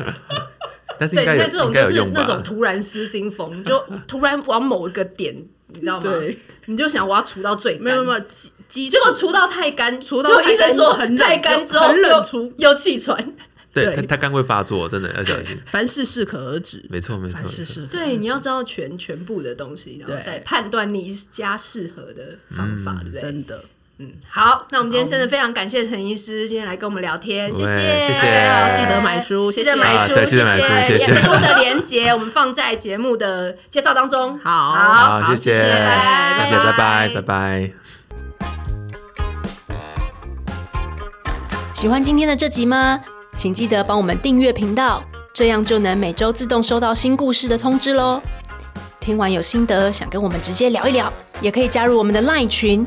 Speaker 3: 哎，但是
Speaker 4: 对，
Speaker 3: 应该
Speaker 4: 那
Speaker 3: 有
Speaker 4: 这种
Speaker 3: 应
Speaker 4: 就
Speaker 3: 该有
Speaker 4: 是
Speaker 3: 用
Speaker 4: 那种
Speaker 3: 吧？
Speaker 4: 突然失心疯，就突然往某一个点，你知道吗？
Speaker 1: 对，
Speaker 4: 你就想我要除到最干，
Speaker 1: 没有没有，基基
Speaker 4: 结果除到太干，
Speaker 1: 除到
Speaker 4: 结果
Speaker 1: 太
Speaker 4: 医
Speaker 1: 干
Speaker 4: 生说
Speaker 1: 很冷
Speaker 4: 太干之后
Speaker 1: 很冷
Speaker 4: 又
Speaker 1: 除
Speaker 4: 又气喘。
Speaker 3: 对
Speaker 1: 对
Speaker 3: 他他肝会发作，真的要小心。
Speaker 1: 凡事适可而止，
Speaker 3: 没错没错
Speaker 1: 凡
Speaker 3: 没
Speaker 1: 事
Speaker 3: 错，
Speaker 1: 适可而止
Speaker 4: 对，你要知道全全部的东西，然后
Speaker 1: 对
Speaker 4: 再判断你家适合的方法，对不对？
Speaker 1: 真的。
Speaker 4: 嗯，好，那我们今天真的非常感谢陈医师今天来跟我们聊天，谢
Speaker 3: 喂谢
Speaker 1: 大
Speaker 3: 谢
Speaker 1: 家要记得买书，谢
Speaker 4: 记
Speaker 1: 谢
Speaker 4: 得。买
Speaker 3: 啊
Speaker 4: 书，
Speaker 3: 对记
Speaker 4: 谢
Speaker 3: 得买书谢谢
Speaker 4: 演出的连接我们放在节目的介绍当中。
Speaker 1: 好
Speaker 4: 好，
Speaker 3: 好，谢
Speaker 1: 谢谢
Speaker 3: 谢
Speaker 4: 拜
Speaker 3: 谢谢拜
Speaker 4: 拜
Speaker 3: 拜，拜拜。
Speaker 6: 喜欢今天的这集吗？请记得帮我们订阅频道，这样就能每周自动收到新故事的通知喽。听完有心得，想跟我们直接聊一聊，也可以加入我们的 LINE 群，